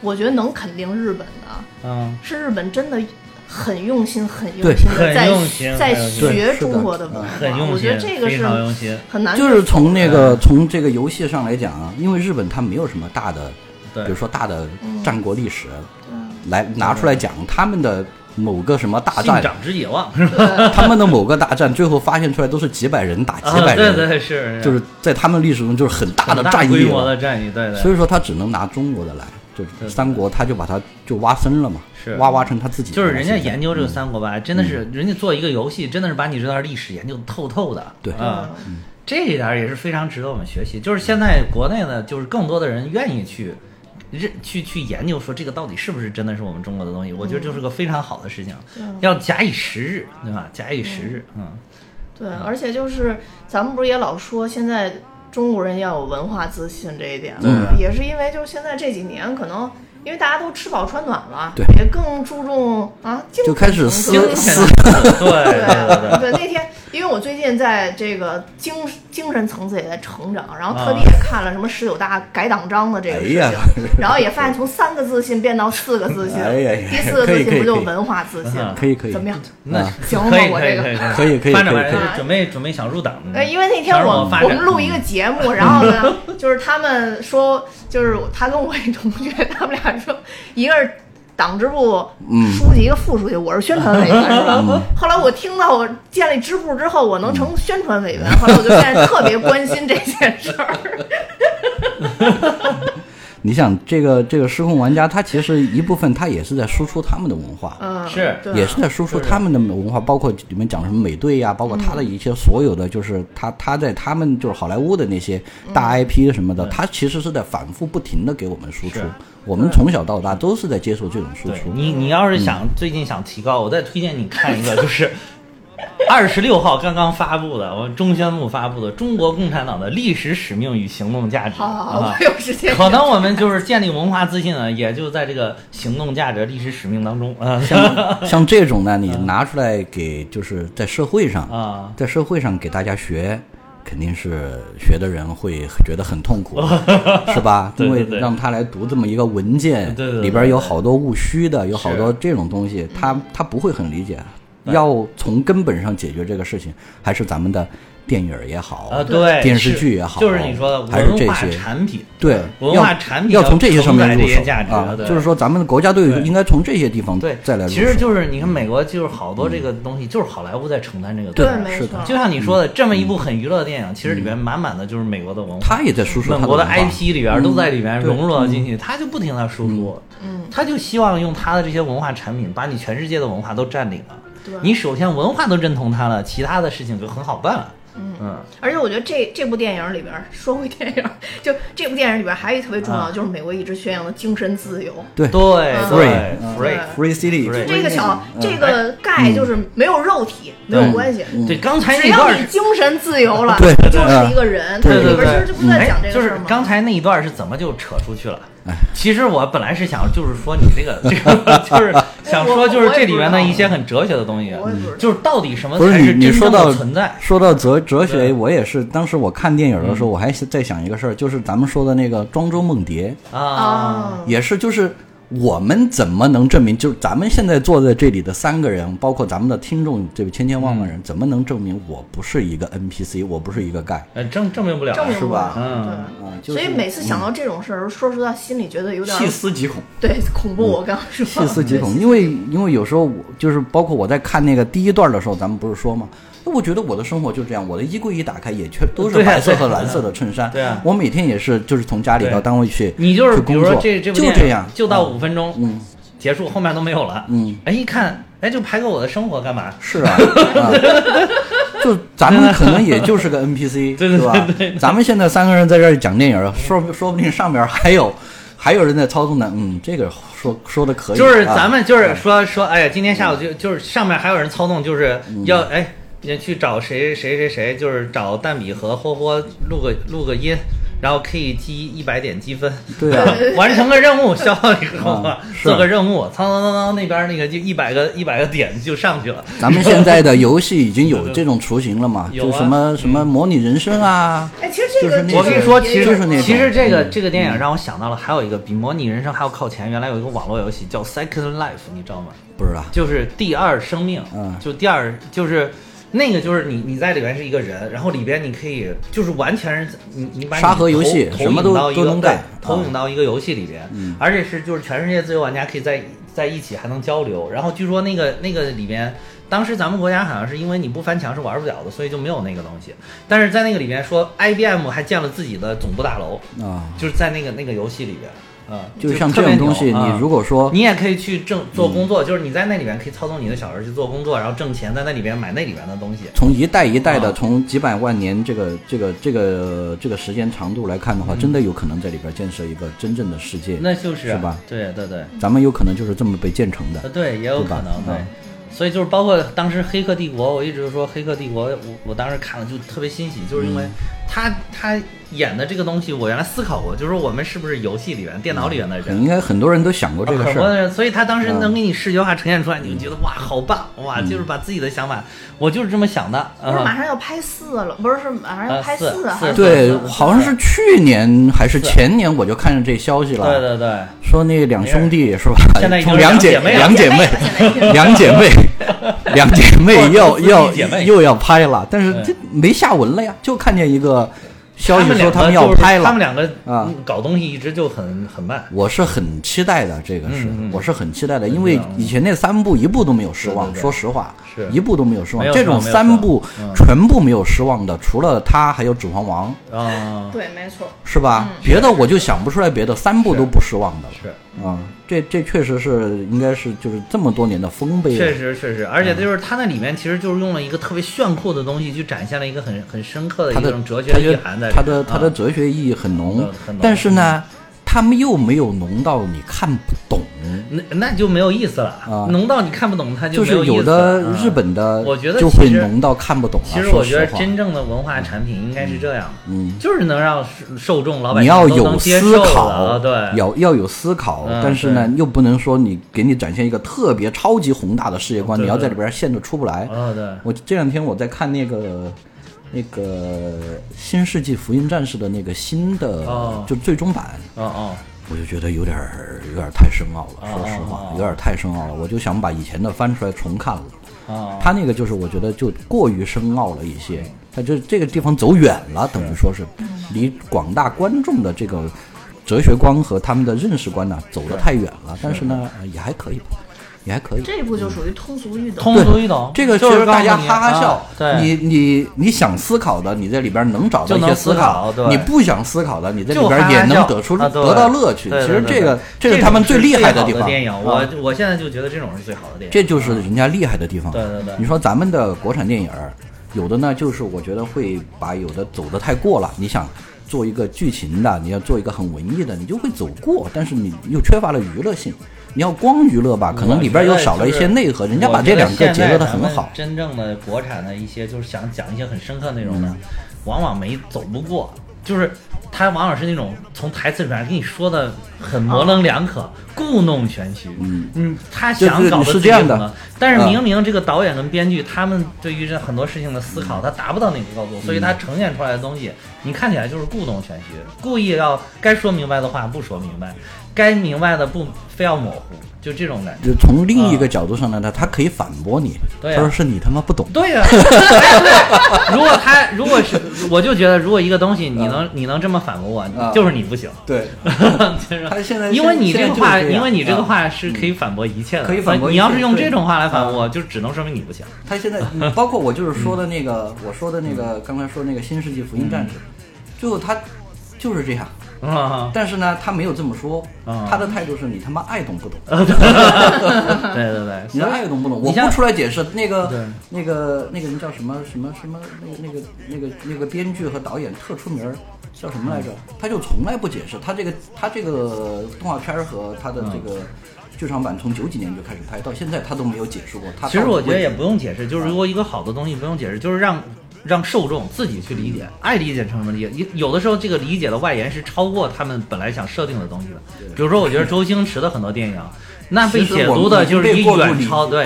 我觉得能肯定日本的
嗯，
是日本真的很用心、很用
对
心的
很
在
用心
在
很用心
学
对
中国的
是的
文化
很用心，。
我觉得这个
非
是
常用心，
很难，
就是从那个从这个游戏上来讲啊，因为日本它没有什么大的，
对
比如说大的
嗯
战国历史
嗯
来拿出来讲，他们的某个什么大
嗯信
战，
长 *laughs* 之野望是吧？
*laughs* 他们的某个大战最后发现出来都是几百人打几
啊，
百
对
人，
对是，
就是在他们历史中就是很大的
很
战
规
役
模
了
的战役，对对，
所以说他只能拿中国的来，就
对
是三国他就把它就挖深了嘛，
是
挖挖成他自己的
就
了。
是人家
现在
研究这个三国吧，真的
嗯
是人家做一个游戏，真的是把你这段历史研究得透透的。
对嗯
啊，这一点也是非常值得我们学习。就是现在国内呢，就是更多的人愿意去认去去研究，说这个到底是不是真的是我们中国的东西。我觉得就是个非常好的事情，要假以时日，对吧？假以时日，嗯，
对，而且就是咱们不是也老说现在中国人要有文化自信这一点吗？也是因为就是现在这几年可能。因为大家都吃饱穿暖了，
对
也更注重啊，精
就
神
开始
层
思
次
精神，对对对
对
对。
对，那天因为我最近在这个精精神层次也在成长，然后特地
啊
也看了什么十九大改党章的这个事情，
哎呀
然后也发现从三个自信变到四个自信，
哎呀呀
第四个自
可以可
信
以
不就
可以啊
文化自信吗？
可以可以
怎么样？
那
啊
行
可
吗
以
我
可以
这个
可以可以
发展
可以
完
可以
准备准备想入党
呃，因为那天
想让
我
嗯我发
我
展
们录一个节目，然后呢，就是他们说，就是他跟我一同学，他们俩说，一个是党支部书记，一个副书记，我是宣传委员， *laughs* 是吧？后来我听到我建立支部之后，我能成宣传委员， *laughs* 后来我就现在特别关心这件事儿。
你想，这个这个失控玩家，他其实一部分他也是在输出他们的文化，
嗯，
是
对
也是在输出
就是
他们的文化，包括你们讲什么美队呀、包括他的一些所有的，就是他他在他们就是好莱坞的那些大 IP 什么的，他其实是在反复不停的给我们输出
是。
我们从小到大都是在接受这种输
对
出。嗯
你，你要是想、最近想提高，我再推荐你看一个，就是 *laughs* 二十六号刚刚发布的，我们中宣部发布的《中国共产党的历史使命与行动价值》
好好好，
啊
我。有时
*laughs*
间
可能我们就是建立文化自信呢，也就在这个行动价值、历史使命当中啊
像像这种呢，你拿出来给就是在社会上，
嗯啊！
在社会上给大家学，肯定是学的人会觉得很痛苦，
*laughs*
是吧？
对对
因为
对
让他来读这么一个文件，
对对对
里边有好多务虚的，有好
是
多这种东西，他他不会很理解。要从根本上解决这个事情，还是咱们的电影儿也好，
啊，对，
电视剧
是
也好，
就是你说的
还是
文
这
化
些。
产品，
对，
文化产品
要从这些上面
承载
入
这些
手
价值
啊，
对
就是说咱们的国家队
对
应该从这些地方
对，
再来入手。
其实就是你看
嗯
美国就是好多这个东西，就是好莱坞在承担这个责
对
任，
没
是的
错，
就像你说
嗯
的，这么一部很娱乐的电影，其实里边满满的就是美国的文化，
他也在输出他
本国的
文化嗯
IP 里边都在里边
对
融入到进去，他就不停的输出，
嗯，
他就希望用他的这些文化产品把你全世界的文化都占领了。
对
你首先文化都认同他了，其他的事情就很好办了。嗯，
而且我觉得这这部电影里边儿，说回电影儿，就这部电影里边儿还有一特别重要，
啊
就是美国一直宣扬的精神自由。
对
对对
Free，
，free，
嗯
Free City，
Free
这个小
嗯
这个钙就是没有肉体，没有关系，
对，刚才
只
那
要
段
你
是。
精神自由了，
对
你
对
就是一个人。它
对
里
啊对
边儿其实
对
就不在讲这
就
个事
是
儿吗？哎
刚才那一段是怎么就扯出去了？其实我本来是想，就是说你这个这个， *laughs* 就是想说，就是这里面的一些很哲学的东西啊
我也不知道，
就是到底什么
不
才
是你，你
真
说
正
到
的存在？
说到哲哲学，
对嗯
我也是。当时我看电影的时候，我还是在想一个事儿，就是咱们说的那个庄周梦蝶，
啊，
啊，
也是就是我们怎么能证明，就是咱们现在坐在这里的三个人，包括咱们的听众这千千万万
嗯
人，怎么能证明我不是一个 NPC，我不是一个盖
呃，证证明不了，
证明
是
不
吧
了
嗯
对
啊？就是
所以每次想到这种事儿，说实话，心里觉得有点儿
细思极恐。
对恐
嗯
怖。我刚刚说
细思极恐，因为因为有时候我就是包括我在看那个第一段的时候，咱们不是说嘛，那我觉得我的生活就这样，我的衣柜一打开也全都是
对啊
白色和
对啊
蓝色的衬衫，
对啊
我每天也是就是从家里到
对
单位去，
你就是
去
比
工
如
作
说这这部
就
电影
这样，
就到五分钟，
嗯，
结束后面都没有了，
嗯，
哎一看，哎就拍个我的生活干嘛？
是啊，啊就咱们可能也就是个 NPC，
*laughs* 对
是
对
吧
对对？
咱们现在三个人在这儿讲电影，说不说不定上边还有还有人在操纵呢，嗯，这个说说的可以，
就是
啊嗯
咱们就是说说，哎呀，今天下午就就是上面还有人操纵，就是要哎，你去找谁谁谁谁，就是找蛋比和霍霍录个录个音，然后可以积一百点积分，
对啊。
*laughs* 完成个任务，消耗以后啊
嗯是
做个任务，苍苍苍苍，那边那个就一百个一百个点就上去
*laughs*
了， *laughs*
咱们现在的游戏已经有这种雏形了嘛？
有啊嗯
就什么什么模拟人生啊，
哎，其实这
就是
个
那
这
种
我
个
跟你说，
也
其
就是那种
实
嗯
其实这个这个电影让我想到了，还有一个比《模拟人生》还要靠前。原来有一个网络游戏叫《Second Life》，你知道吗？
不啊知道。
就是第二生命，
嗯
就第二就是那个就是你你在里边是一个人，然后里边你可以就是完全是你你把你
沙盒游戏
投投
什么
影
都
到一
都
个
能
对
干
投
啊嗯
影到一个游戏里边，而且是就是全世界自由玩家可以在在一起还能交流。然后据说那个那个里边。当时咱们国家好像是因为你不翻墙是玩不了的，所以就没有那个东西。但是在那个里边说，IBM 还建了自己的总部大楼，
啊，
就是在那个那个游戏里边，嗯，
就是像
特
这
别
种东
牛
西，
嗯
你如果说
你也可以去挣做工作，就是你在那里面可以操纵你的小人去做工作，然后挣钱，在那里面买那里面的东西。
从一代一代的
啊
从几百万年这个这个这个这个时间长度来看的话，真的有可能在里边建设一个真正的世界，
嗯那就是
是吧？
对对对，呃
咱们有可能就是这么被建成的。
对，也有
对吧
可能对
嗯。
所以就是包括当时《黑客帝国》，我一直说《黑客帝国》我，我当时看了就特别欣喜，就是因为
嗯
他、他演的这个东西，我原来思考过，就是我们是不是游戏里面、电脑里面的人，啊
应该很多人都想嗯过这个
很
事
多
儿，嗯
人，所以他当时能给你视觉化呈现出来，你就觉得哇，好棒哇，就是把自己的想法，我就是这么想的。
不是
嗯
马上要拍四了，不是是马上要
呃
拍
四
四啊
四
还是
对
是，是
好像是去年还是前年我就看见这消息了，
对对对，
说那两兄弟是吧
现在？已经
从
是
两
两
姐
姐妹了
两姐妹
了现在已
*laughs*
经
两姐妹，两姐妹
哇
要
这是
要
姐妹
又要拍了，但是
对
这没下文了呀，就看见一个消息说
他
们要拍
他
了。
们两个
啊
嗯搞东西一直就很很慢，
我是很期待的，这个是
嗯嗯，
我是很期待的，
嗯
因为以前那三部一部都没有失
对
望，
对对
说实话
是，
一部都没有失望
没。有
这种
失望
三部
没有失望嗯
全部没有失望的，除了他，还有《指环王》，
啊，
对，没错。
是吧？别的我就想不出来别的，三部
是
都不失望的了。
是。
啊，这这确实是应该是就是这么多年的丰碑
确
了。
实确实，
嗯
而且就是它那里面其实就是用了一个特别炫酷的东西，去展现了一个很很深刻的
它
一
的
种哲学
它
意
的
涵在里面。
它的它的
啊
哲学意义很浓
嗯很浓，
但是呢，他们又没有浓到你看不懂。
那那就没有意思了，
啊
浓到你看不懂它
就
没有
是
意思了。
有的
啊
日本的，
我觉得
就
其
会
实
浓到看不懂了。
其实
说
我觉
实
得
话，
真正的文化产品应该是这样的，
嗯，
就是能让受受众老百
你
姓
要
都
有
能接
思
受的
考
啊，，对，
要要有思考
嗯，
但是呢，又不能说你给你展现一个特别超级宏大的世界观，
对
你要在
对
里边陷得出不来。
啊对，
我这两天我在看那个那个《新世纪福音战士》的那个新的，
哦
就最终版，
哦哦，
我就觉得有点儿有点儿太深奥了，
哦
说实话
哦，
有点儿太深奥了，我就想把以前的翻出来重看了。
哦，
他那个就是我觉得就过于深奥了一些，他这这个地方走远了，等于说是离广大观众的这个哲学观和他们的认识观呢走得太远了，但是呢呃也还可以吧，也还可以。
这一部就属于通俗易懂，
通俗易懂，
这个其
就
实
是告诉
大家
你
哈哈笑，
啊对，
你你你想思考的，你在里边能找到
就
一
能
些思
思考对
你不想思考的，你在里
就哈哈
边也能
笑
得出
啊对
得到乐趣。
对
其
对
实
对
这个
对
这是他们最厉害的地
这种是最好
方。
的电影，
啊
我我现在就觉得这种是最好的电影，
这就是人家厉害的地方。
对对对
你说咱们的国产电影儿，有的呢，就是我觉得会把有的走得太过了。你想做一个剧情的，你要做一个很文艺的，你就会走过，但是你又缺乏了娱乐性。你要光娱乐吧，可能里边又少了一些内核。人家把这两个结合得很好。
真正的国产的一些就是想讲一些很深刻内
嗯
容的，往往没走不过，就是他往往是那种从台词里面给你说的很模棱两可、故弄玄虚。
啊嗯
他想搞
就是
自
是
己
这样的
懂了但是
嗯
明明这个导演跟编剧他们对于这很多事情的思考，他达不到那个高度，所以
嗯
他呈现出来的东西，你看起来就是故弄玄虚，故意要该说明白的话不说明白，该明白的不非要模糊，就这种感觉。
就从另一个角度上来呢，他可以反驳你，
对啊
他说是你他妈不懂。 *laughs*
对呀、哎对，如果他如果是，我就觉得如果一个东西
嗯
你能、你能这么反驳我，
啊
就是你不行。 *laughs*
对，
就是
他现在
因为你
现
这
在
个
就是
话，
这样
因为你这个
啊
话是可以反驳一切的，
可以反驳
你
一切
要是用
对嗯
这种话来反驳我，就只能说明你不行。 *laughs*
他现在包括我就是说的那个，我说的那个刚才说那个《新世纪福音战士》，
嗯
最后他就是这样。
啊，
但是呢，他没有这么说，
啊
他的态度是你他妈爱懂不懂，
对对对，
你他
所
妈
以
爱懂不懂，
你
我
像
不出来解释。那
对
个那个那个人叫什么什么什么，那个那个那个那个编剧和导演特出名儿。叫什么来着？他就从来不解释，他这个他这个动画片儿和他的这个
嗯
剧场版从九几年就开始拍，到现在他都没有解释过。他
其实
到底
我觉得
为
也
什么
不用解释，就是如果一个好的东西不用解释，就是让让受众自己去理解，爱理解成什么理解。有有的时候这个理解的外延是超过他们本来想设定的东西的。比如说，我觉得周星驰的很多电影，那被解读的就是已经远超对，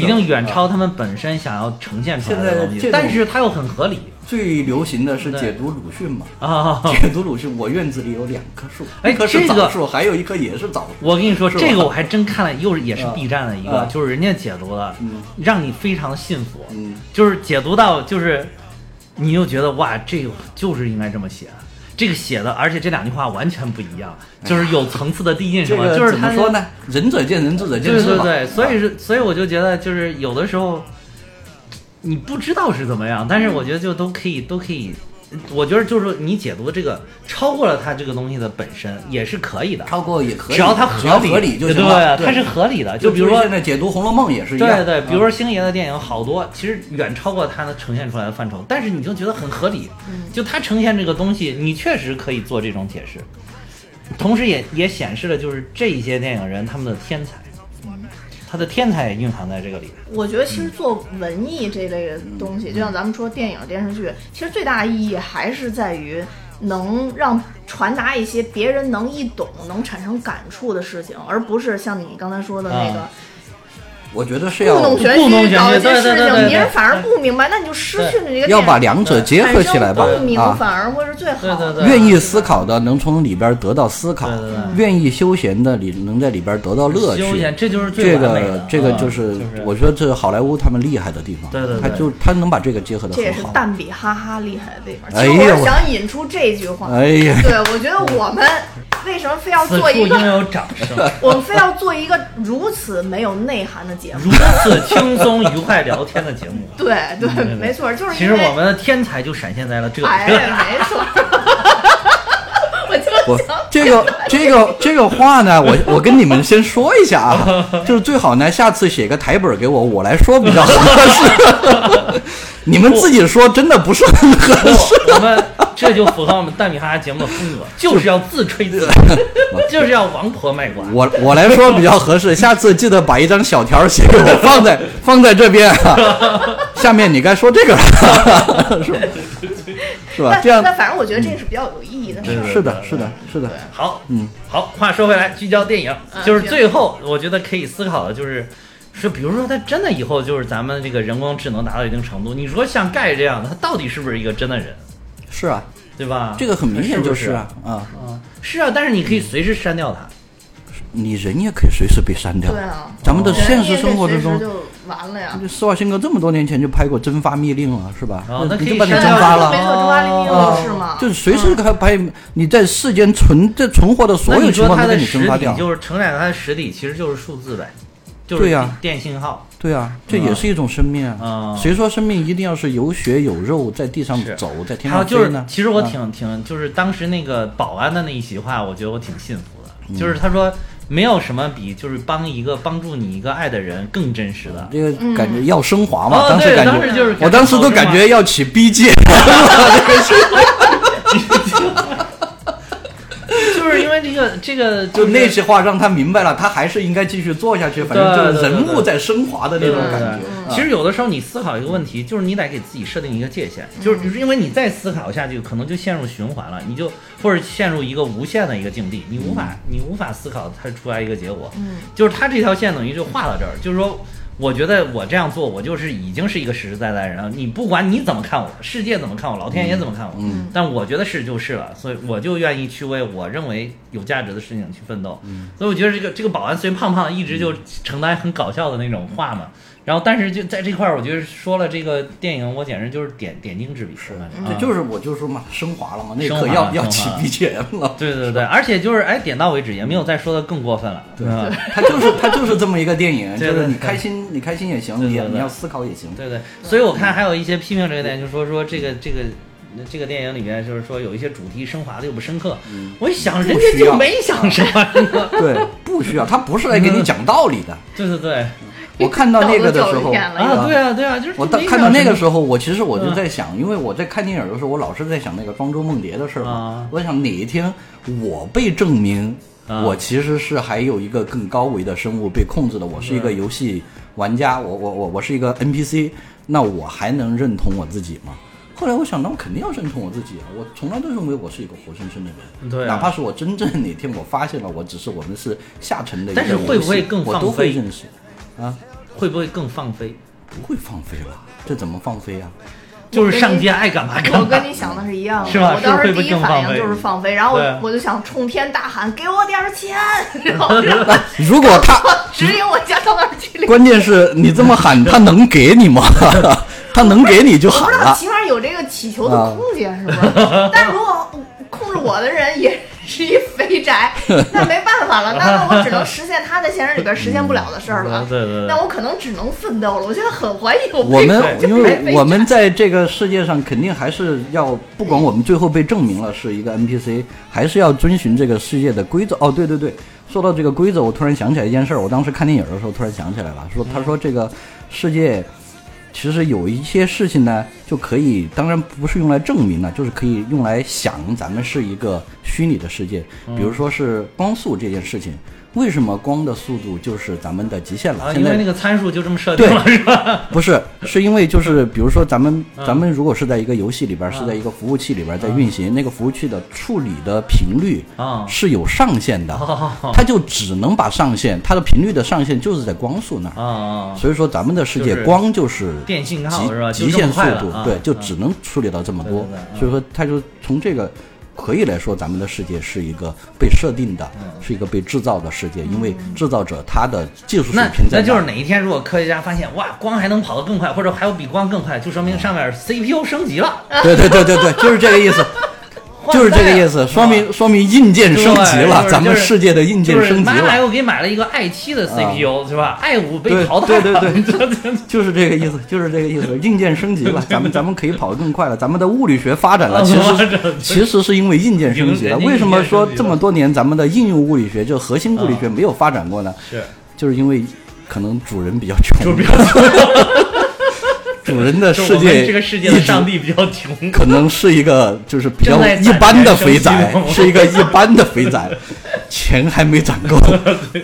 已经远超他们本身想要呈啊现出来的东西，但是它又很合理
最流行的是
对
解读鲁迅嘛？
啊。
解读鲁迅，我院子里有两棵树，
哎
一棵是
这个
枣树，还有一棵也是枣树。
我跟你说，
是吧
这个我还真看了，又是也是 B 站的一个，
啊
就是人家解读的，
嗯
让你非常的信服，
嗯
就是解读到就是，你就觉得哇，这个就是应该这么写的，啊这个写的，而且这两句话完全不一样，就是有层次的递进，
哎这
什么，
个
啊就是
怎么
他
说？呢？仁者见仁，智者见
对
智
对
吧。
对，所以
啊
是所以我就觉得就是有的时候，你不知道是怎么样，但是我觉得就都可
嗯
以都可以。我觉得就是说你解读这个超过了它这个东西的本身也是可以的，
超过也可以，
只要它
只要
合理，
合理就
对
行了。
它是合理的。
就
啊比如说
现，在解读《红楼梦》也是一样。
对对，比如
啊
说星爷的电影好多，其实远超过他能呈现出来的范畴，但是你就觉得很合理。
嗯
就他呈现这个东西，你确实可以做这种解释，同时也也显示了就是这一些电影人他们的天才，
嗯
他的天才也蕴含在这个里面。
我觉得其实做文艺这类的东西，就像咱们说电影、电视剧，其实最大的意义还是在于能让传达一些别人
啊
能易懂、能产生感触的事情，而不是像你刚才说的那个。
我觉得是
故
要
弄玄
故弄
虚
玄
搞
虚
一些
对对
事
对对
情，
对
别人
对
反而不明白，那你就失去了这个
要
电
把两者结合起来吧
产生共鸣
啊。
反而会是最
对
好
对
的。
对，
愿意思考的能从里边得到思考
对对，对
愿意休闲的里能在里边得到乐
休
趣
闲，。这就是最
这
完美的
个这个
嗯
就，
就是
我觉得这是好莱坞他们厉害的地方。
对对对
他就他能把这个结合的
这也
很
是
好。
蛋比哈哈厉害的地方。
哎
其
呦
实我是想引出这句话，
哎呀，
对我觉得我们为什么非要
此
做
处
一
应
个，
有掌声，
我们非要做一个如此没有内涵的节目？
如此轻松愉快聊天的节目。
对对，没错，就是
嗯其
因
实
为
我们的天才就闪现在了这里。 *laughs*
哎，没错。我就
我
想
这个这个这个话呢，我我跟你们先说一下啊， *laughs* 就是最好呢，下次写个台本给我，我来说比较合 *laughs* 适。你们自己说真的不是很合适。
不我们这就符合我们蛋米哈哈节目的风格，就是要自吹自擂，
*laughs*
就是要王婆卖瓜。
我我来说比较合适，下次记得把一张小条写给我，放 *laughs* 在放在这边啊。下面你该说这个 *laughs* 了，是吧？是吧？
但
这样
但反正我觉得这是比较有意义的事
嗯对
儿。
对
是的，是的，是的。
好，
嗯，
好，话说回来，聚焦电影，
嗯
就是最后我觉得可以思考的就是。是，比如说，它真的以后就是咱们这个人工智能达到一定程度，你说像盖这样的，他到底是不是一个真的人，
是啊，
对吧？
这个很明显
不
就是
是
啊，嗯啊，
是啊，但是你可以随时删掉它。
你人也可以随时被删掉。
对啊
咱们的
对
现实生活之
随时
中，
就完了呀。
就施瓦辛格这么多年前就拍过蒸发密令了，是吧？
哦那
你
可
就
以
把它
删
蒸
掉
发
了
没
了，
错，中华零零
啊
六是吗？
就是随时可以拍你在世间存这存活的所
嗯那
有
你
情
说
况
它
都给
的
你
实
蒸发掉
体。就是承载它的实体，其实就是数字呗，就是
对呀
电信号。
对啊，这也是一种生命啊
啊。
谁说生命一定要是有血有肉，在地上
是
走，在天
还有
上
就
飞
是
呢，？
其实我
啊
挺挺，就是当时那个保安的那一席话，我觉得我挺信服
嗯
的。就是他说，没有什么比就是帮一个帮助你一个爱的人更真实
*laughs*
的。
这个感觉要升华嘛，
哦
当时
对
感
当时就是
觉，
感觉
我当时都
好升华
感觉要起
*laughs*
BG，
就是因为这个这个
就是那些话让他明白了，他还是应该继续做下去，反正就是
对对对
人物在升华的那
对
种
对对
感觉。
对其实有的时候你思考一个问题，就是你得给自己设定一个界限，就是因为你再思考下去，可能就陷入循环了，你就或者陷入一个无限的一个境地，你无法你无法思考它出来一个结果。
嗯，
就是它这条线等于就画到这儿，就是说。我觉得我这样做，我就是已经是一个实实在在的人了。你不管你怎么看我，世界怎么看我，老天爷怎么看我，
嗯
但我觉得是就是了，所以我就愿意去为我认为有价值的事情去奋斗。
嗯
所以我觉得这个这个保安虽然胖胖，一直就承担很搞笑的那种话嘛，然后但是就在这块儿，我觉得说了这个电影，我简直就是点点睛之笔。啊是
这就是我就说嘛，升华了嘛，那一
嗯升
刻
华
要
了
要
升
起
华了
BGM 了。
对对对，而且就是哎，点到为止，也没有再说的更过分了。啊对吧
*laughs* 他就是他就是这么一个电影，就
对对
是你
对
开心你开心也行，
对
你
对对
你要思考也行。
对对，所以我看还有一些批评这个电影，就说说这个这个。这个电影里面就是说有一些主题升华的又不深刻，我一想人
嗯不
家
需要
就没想什
*laughs*
么，
对，不需要，他不是来给你讲道理
*laughs*
的。
对对对，
我看到那个的时
道德教育
候
片了
*laughs* 啊，对啊，对啊，就是嗯
我到看到那个时候，我其实我就在想，因为我在看电影的时候，我老是在想那个庄周梦蝶的事儿嘛
啊。
我想哪一天我被证明，
啊
我其实是还有一个更高维的生物被控制的，我是
嗯
一个游戏玩家，我我我我是一个 NPC，那我还能认同我自己吗？后来我想，那我肯定要认同我自己啊！我从来都认为我是一个活生生的人，
对啊
哪怕是我真正哪天我发现了，我只是我们是下沉的一个
但是会不会
游戏
更
我
放
都会
飞
认识啊？
会不会更放飞？
不会放飞吧？这怎么放飞啊？
就是上街爱干嘛干
我
嘛
跟。你想的是一样的，
是吧
我当时
是不
第
是
一
更
反
放
应
飞
就是放飞，然后
对
我我就想冲天大喊：“给我点儿
*laughs*
钱！”然后让我
如果他
指引我家到哪儿去领。
关键是你这么喊，他能给你吗？ *laughs* 他能给你就
我不
喊
知道，
了。
起码有这个祈求的
啊
空间是
*laughs*
吧？但如果控制我的人也是一肥
*laughs*
宅，那没办法了，那那我只能实现他在现实里边实现不了的事儿了。
*laughs* 对对对
那我可能只能奋斗了。我现在很怀疑我
我
为什
们
*laughs* 么就
因
是肥
为
宅
我们在这个世界上肯定还是要，不管我们最后被证明了是一个 NPC，还是要遵循这个世界的规则。哦，对对对，说到这个规则，
嗯
我突然想起来一件事儿，我当时看电影的时候突然想起来了，说他说这个世界。其实有一些事情呢，就可以，当然不是用来证明了，就是可以用来想咱们是一个虚拟的世界。
嗯
比如说是光速这件事情，为什么光的速度就是咱们的极限了？
啊，
现
因
在
为那个参数就这么设定了，是吧？
不是，是因为就是
嗯
比如说咱们咱们如果是在一个游戏里边儿，是在一个服务器里边儿在运
嗯
行，那个服务器的处理的频率
啊
是有上限的
哦，
它就只能把上限它的频率的上限就是在光速那儿。
啊啊，
所以说咱们的世界
就是
光就是
电信号
极
是吧就
极
这
限
么
速
快了
度
啊，
对，就
啊
只能处理到这么多
对对对。啊
所以说，它就从这个可以来说，咱们的世界是一个被设定的，
嗯
是一个被制造的世界，因为制造者他的技术水
那
平在
嗯那就是
儿
哪一天如果科学家发现哇，光还能跑得更快，或者还有比光更快，就说明上面 CPU 升级了，
对对对对对，就是这个
*laughs*
意思，就是这个意思，说明说明硬件 *laughs* 升级
啊对就
了，
是
咱们
就是
世界的硬件
就是
升级
妈妈
了，啊
又给买了一个 i 7的 CPU 是吧？i 5被
对
淘汰了，
对
对对
就是这个意思，就是这个意思，硬件升级了，咱们咱们可以跑得更快了，咱们的物理学发展
*laughs*
了，其实其实是因为硬件升级了。
人家
为什么说
硬件升级了啊
这么多年咱们的应用物理学就核心物理学没有发展过呢？
*laughs* 是
就是因为可能主人比较穷，
比较穷，
主人的
就是
世
我们
界
这个世界
一
的
直
上帝比较穷，
可能是一个就是比较
正在
一般的肥
攒
仔
钱生，气
是一个一般的肥仔，钱还没攒
*laughs*
够，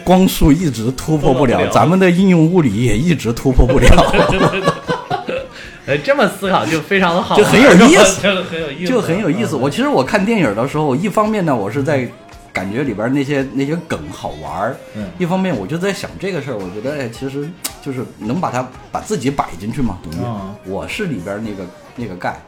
光速一直突破不
突破
了
不，了
咱们的应用物理也一直突破不
*laughs*
了，
呃，这么思考就非常的好玩，
就很有意思
*laughs* 就很有
*laughs*
意思，
就很有意思。
嗯
我其实我看电影的时候，一方面呢，我是在感觉里边那些那些梗好玩儿
嗯，
一方面我就在想这个事儿，我觉得哎，其实就是能把它把自己摆进去吗？董宇
嗯，
我是里边那个那个盖。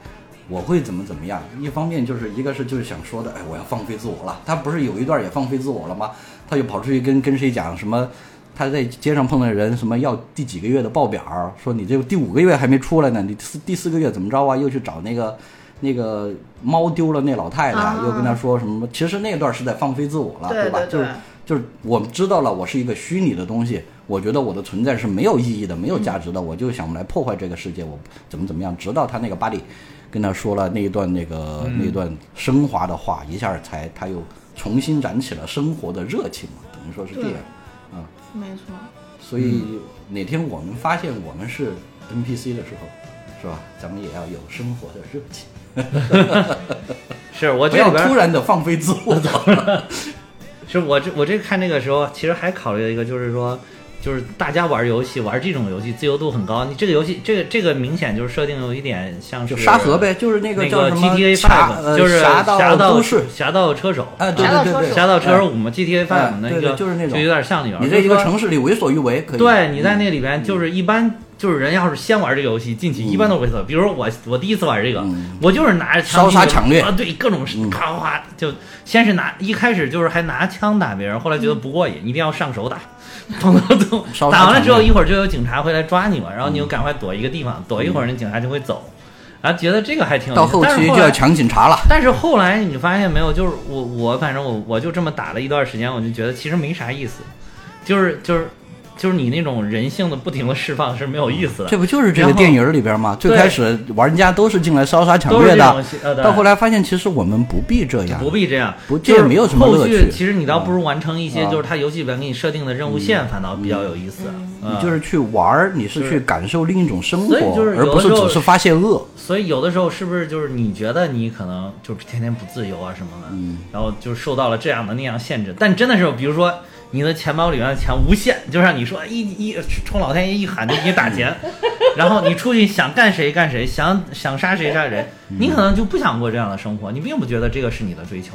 我会怎么怎么样？一方面就是一个是就是想说的，哎，我要放飞自我了。他不是有一段也放飞自我了吗？他就跑出去跟跟谁讲什么，他在街上碰到人什么要第几个月的报表，说你这第五个月还没出来呢，你第四第四个月怎么着啊？又去找那个那个猫丢了那老太太，
啊
又跟他说什么？其实那段是在放飞自我了，
对
吧？
对对
就是就是我们知道了，我是一个虚拟的东西，我觉得我的存在是没有意义的、没有价值的，我就想来破坏这个世界，我怎么怎么样。直到他那个巴里跟他说了那一段那个、
嗯
那一段升华的话，一下儿才他又重新燃起了生活的热情嘛，等于说是这样
对。没错，
所以哪天我们发现我们是 NPC 的时候，是吧？咱们也要有生活的热情，
是我
不
这里
要
边
突然的放飞自
*laughs*
我。
是我这我这看这个时候，其实还考虑了一个，就是说，就是大家玩游戏玩这种游戏自由度很高，你这个游戏这个这个明显就是设定有一点像是
就沙盒，呗，就是那
那
个叫什么
GTA
侠
Five，
呃
就是
侠盗
道
都市，
侠盗车手
啊，对
侠
对对
盗车
对，
手
侠盗车手
哎
五嘛，GTA Five 那
对
个
对就是那种
就有点像里边，
你在一
就
个
是说
城市里为所欲为可以。
对你在那
嗯
里边就是一般。就是人要是先玩这个游戏进去，一般都会死。比如说我，我第一次玩这个，
嗯
我就是拿着枪
烧杀
进去
抢掠
啊，对，各种
嗯
咔咔咔，就先是拿，一开始就是还拿枪打别人，后来觉得不过瘾，一定要上
*laughs*
手打，咚咚咚，
烧杀
打完了
抢
之后，
掠嗯
一会儿就有警察会来抓你嘛，然后你就赶快躲一个地方，躲一会儿，那警察就会走，然后觉得这个还挺有
到
意思。
后
但是
期就
来
要抢警察了。
但是后来你发现没有，就是我我反正我我就这么打了一段时间，我就觉得其实没啥意思，就是就是就是你那种人性的不停的释放是没有意思的，
这不就是这个
然后
电影里边吗？最
对
开始玩家都是进来烧杀抢
都是
掠
这种
的，
戏，呃，对
到后来发现其实我们不必这样，
不必这样，
不
就
这
是
也没有什么乐
后
趣
续其实你倒不如完成一些，
啊
就是它游戏里边给你设定的任务
嗯
线，反倒比较有意思。嗯
你就是去玩儿，你是
是
去感受另一种生活
所以就是，有
而
的
不是
时候
只是发泄恶。
所以有的时候是不是就是你觉得你可能就是天天不自由啊什么的，然后就受到了这样的那样限制，但真的是比如说。你的钱包里面的钱无限，就像你说一一冲老天爷一喊就一打钱，然后你出去想干谁干谁，想想杀谁杀谁，你可能就不想过这样的生活，你并不觉得这个是你的追求，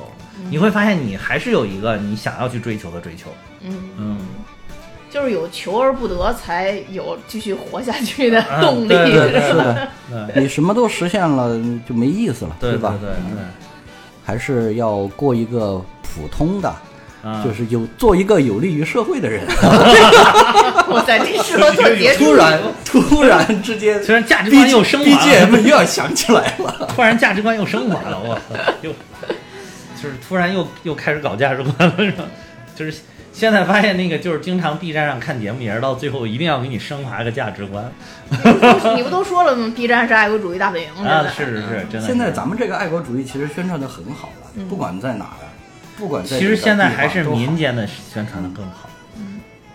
你会发现你还是有一个你想要去追求的追求，
嗯，
嗯，
就是有求而不得，才有继续活下去的
啊
动力。
对
*laughs*
对对
是的，
对
你什么都实现了就没意思了，
对
吧？
对对，
还是要过一个普通的，
啊
就是有做一个有利于社会的人。
哇塞，这适合做结
*laughs*
束。
突然， *laughs* 突然之间，
虽然价值观又升华了
BGM 又要响起来了。
突然价值观又升华了，我操，又就是突然又又开始搞价值观了，是吧？就是现在发现那个就是经常 B 站上看节目，也是到最后一定要给你升华个价值观
你不都说了吗？B 站是爱国主义大本营，真
啊！
的。
是是是，真的是。
现在咱们这个爱国主义其实宣传的很好了，不管在哪儿啊，不管在
其实现在
哪个地
还
方
是
都好
民间的宣传的更好。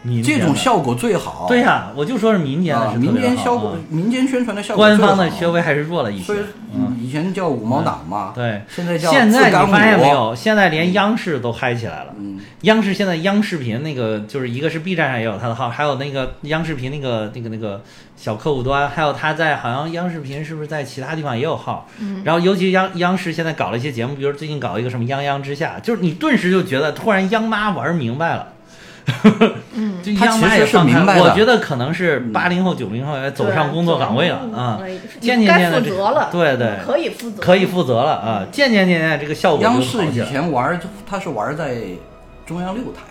民间
这
的
种效果最好。
对呀，我就说是民间的
啊，
是特别好，
民间效果
嗯，
民间宣传的效果
官
最好。
方的稍微还是弱了一些
所以。
嗯，
以前叫五毛党嘛，
对，
现在叫
现在
自干
你发现
五
没有？现在连央视都嗨起来了。
嗯，
央视现在央视频那个就是一个是 B 站上也有他的号，还有那个央视频那个那个那个小客户端，还有他在好像央视频是不是在其他地方也有号？嗯，然后尤其央央视现在搞了一些节目，比如最近搞一个什么《泱泱之下》，就是你顿时就觉得突然央妈玩明白了。嗯， *laughs* 就央妈
她其
也放
实是
开
明白
了，
的嗯
我觉得可能是八零后、九零后也走上工作岗位了啊，渐
嗯
渐渐
该
的
负
这
责了，
对对，
可以负责，
可以负责了啊，渐渐渐渐这个效果
嗯
就
央
好
视
起
以
来了
前玩儿，它是玩儿在中央六台，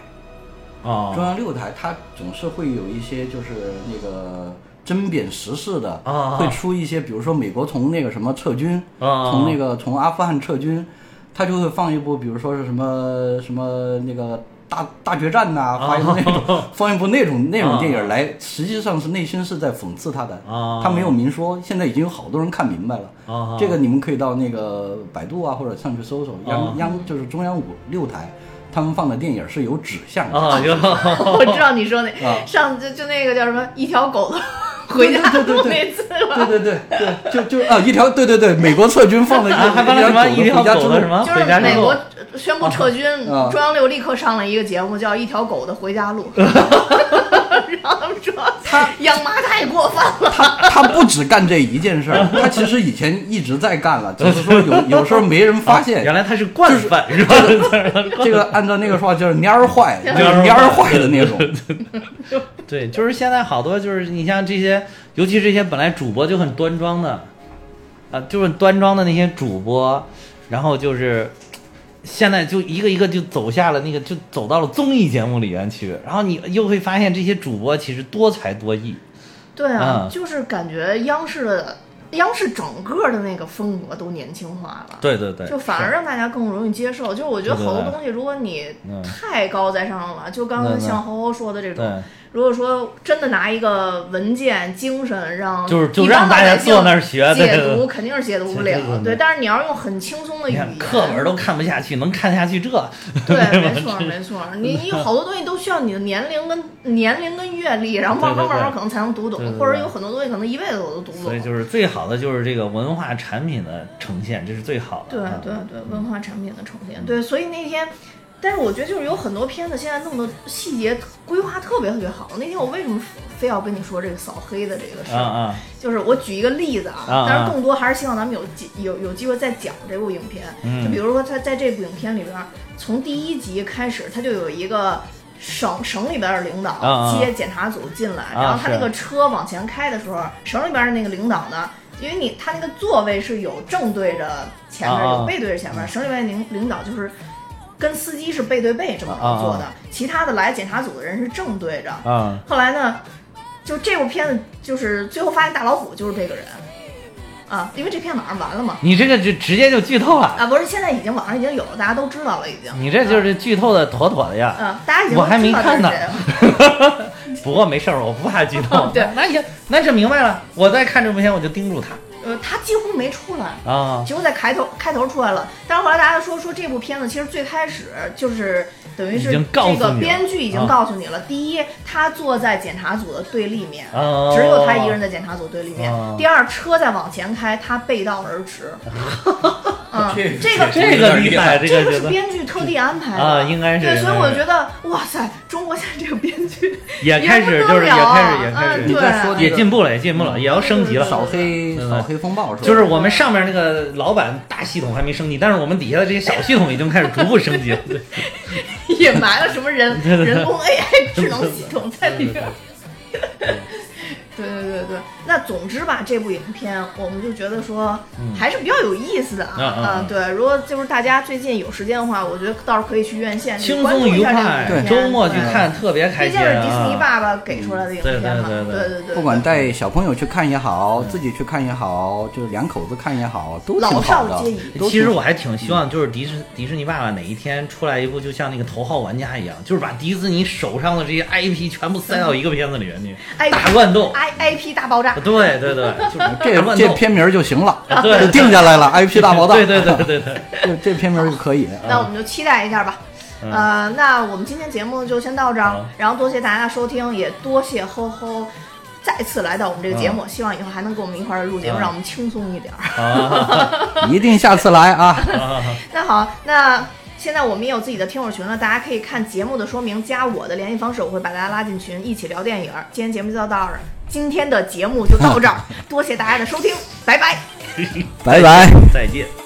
中
哦
央六台它总是会有一些就是那个针砭时事的，
啊
会出一些，比如说美国从那个什么撤军，
啊
从那个从阿富汗撤军，它就会放一部，比如说是什么什么那个。大大决战呐、
啊
放一部那
*laughs*
种，放一部那种那种
啊
电影来，实际上是内心是在讽刺他的
啊，
他没有明说，现在已经有好多人看明白了，
哦，
这个你们可以到那个百度啊，或者上去搜搜，
啊
央央就是中央五六台，他们放的电影是有指向的。
啊，有
*laughs* 我知道你说
啊
那上就就那个叫什么一条
*laughs*
狗的回家
对对对
路
对
*laughs* 那次
对
吧，
对对对，就就啊，一条对对对，美国撤军放了一
啊，
个
还帮了什么
一
一条
条
狗
狗
的
的
什么
就是
啊回家之
美
路
国宣布撤军，
啊
中央六立刻上了一个节目叫《一条狗的回家路》，
*laughs*
然后他们说
他
养妈太过分
啊
了，
他他不只干这一件事儿，他其实以前一直在干了，只是说有有时候没人 *laughs* 发现
*laughs* 原。来他是惯犯是吧？
*laughs* 这个按照那个说法就是蔫儿坏，就是蔫儿坏的那种。
*laughs* 对，就是现在好多就是你像这些，尤其这些本来主播就很端庄的，啊，就是端庄的那些主播，然后就是现在就一个一个就走下了那个，就走到了综艺节目里面去，然后你又会发现这些主播其实多才多艺，
对啊，
啊
就是感觉央视的央视整个的那个风格都年轻化了，
对对对
就反而让大家更容易接受。就是我觉得
对
好多
对
东西，如果你
嗯
太高在上了，就刚
对
刚
对
像侯侯说的这
对
种，。如果说真的拿一个文件精神让
就是就
一般
让大家
老百姓
坐那儿学对
解
对对
读，肯定是解读不
解读不
了
了。
对，但是你要用很轻松的语
你
言
看，课文都看不下去，能看下去这？
对，没错
*laughs*
没错，你你有好多东西都需要你的年龄跟年龄跟阅历，然后慢慢
对对对
慢慢可能才能读懂
对对，对
或者有很多东西可能一辈子我都读不
所以
懂。
就是最好的就是这个文化产品的呈现，这是最好的。啊
对对对，文化产品的呈现。对，所以那天，但是我觉得就是有很多片子现在弄的细节规划特别特别好。那天我为什么非要跟你说这个扫黑的这个事
啊
儿？
啊
就是我举一个例子啊，
啊啊
但是更多还是希望咱们有机有有机会再讲这部影片。
嗯
就比如说他在这部影片里边儿，从第一集开始，他就有一个。省省里边的领
啊啊
导接检查组进来，
啊
然后他
是
那个车往前开的时候，省里边的那个领导呢，因为你他那个座位是有正对着前面，
啊啊
有背对着前面，省里边的领领导就是跟司机是背对背这么
啊啊
坐的，其他的来检查组的人是正对着，
啊！
后来呢，就这部片子就是最后发现大老虎就是这个人，啊，因为这片网上完了嘛，
你这个就直接就剧透了，
啊，不是现在已经网上已经有了，大家都知道了已经。
你这就是剧透的妥妥的呀。
啊，大家已经
我还没看呢
知道这是谁了
*laughs* 不过没事儿，我不怕剧透。
*laughs* 对
那也那是明白了。我在看这部片，我就盯住他
呃，他几乎没出来，
啊
结果在开头开头出来了，但是后来大家说说这部片子其实最开始就是等于
已
是
经告诉
这
你了
个编剧已
啊
经告诉你了，第一，他坐在检查组的对立面。
啊！
只有他一个人在检查组对立面。
哦
第二，车在往前开，他背道而
*laughs*
驰。
啊
嗯，这个
这个厉害，这
这个
个觉
是
得
编剧特地安排的
啊应该是
对，所以
应
我
该是
觉得，哇塞，中国现在这个编剧
也开始
不
就
得
是也
了啊
开始也开
嗯
始
你
对嗯
再说
也
这个
进步了，也进步了，也要升级了。
扫黑
嗯
扫黑风暴是吧？
就是我们上面那个老板大系统还没升级，但是我们底下的这些小系统已经开始逐步升级了。对
也埋了什么
*laughs*
人人工 AI 智能系统在里边儿。 *laughs* 对对对对，那总之吧，这部影片我们就觉得说
嗯
还是比较有意思的啊。
嗯嗯
啊
嗯
对，如果就是大家最近有时间的话，我觉得倒是可以去院线去
嗯轻
关注
松
一
愉
下这部
快
影，片
周末去
对
看特别开
毕
心
竟是迪士尼
啊！
爸爸给出来的影
对
片嘛，
对对对
对对对，
不管带小朋友去看也好，自己去看也好，就是两口子看也好，都挺
老
好
少
的
皆宜。
都挺
其实我还挺希望，就是迪士迪士尼爸爸哪一天出来一部，就像那个《头号玩家》一样，就是把迪士尼手上的这些 IP 全部塞到一个片子里面去，
IP
大乱斗。
I I P 大爆炸，
对对对，就是大
*laughs* 这
乱
这
斗。
片名儿就行了，
对
就定下来了。IP 大爆炸，
*laughs*
对对对对对对。
这这片名儿就可以。
那我们就期待一下吧。呃，那我们今天节目就先到这儿
嗯好，
然后多谢大家收听，也多谢吼吼再次来到我们这个节目，希望以后还能跟我们一块儿录节目，
嗯
让我们轻松一点儿。 *laughs*
一定下次来啊！
那好，那现在我们也有自己的听友群了，大家可以看节目的说明，加我的联系方式，我会把大家拉进群，一起聊电影儿。今天节目就到这儿，今
*laughs*
天的节目就到这儿，多谢大家的收听，拜拜。
拜拜。
再见。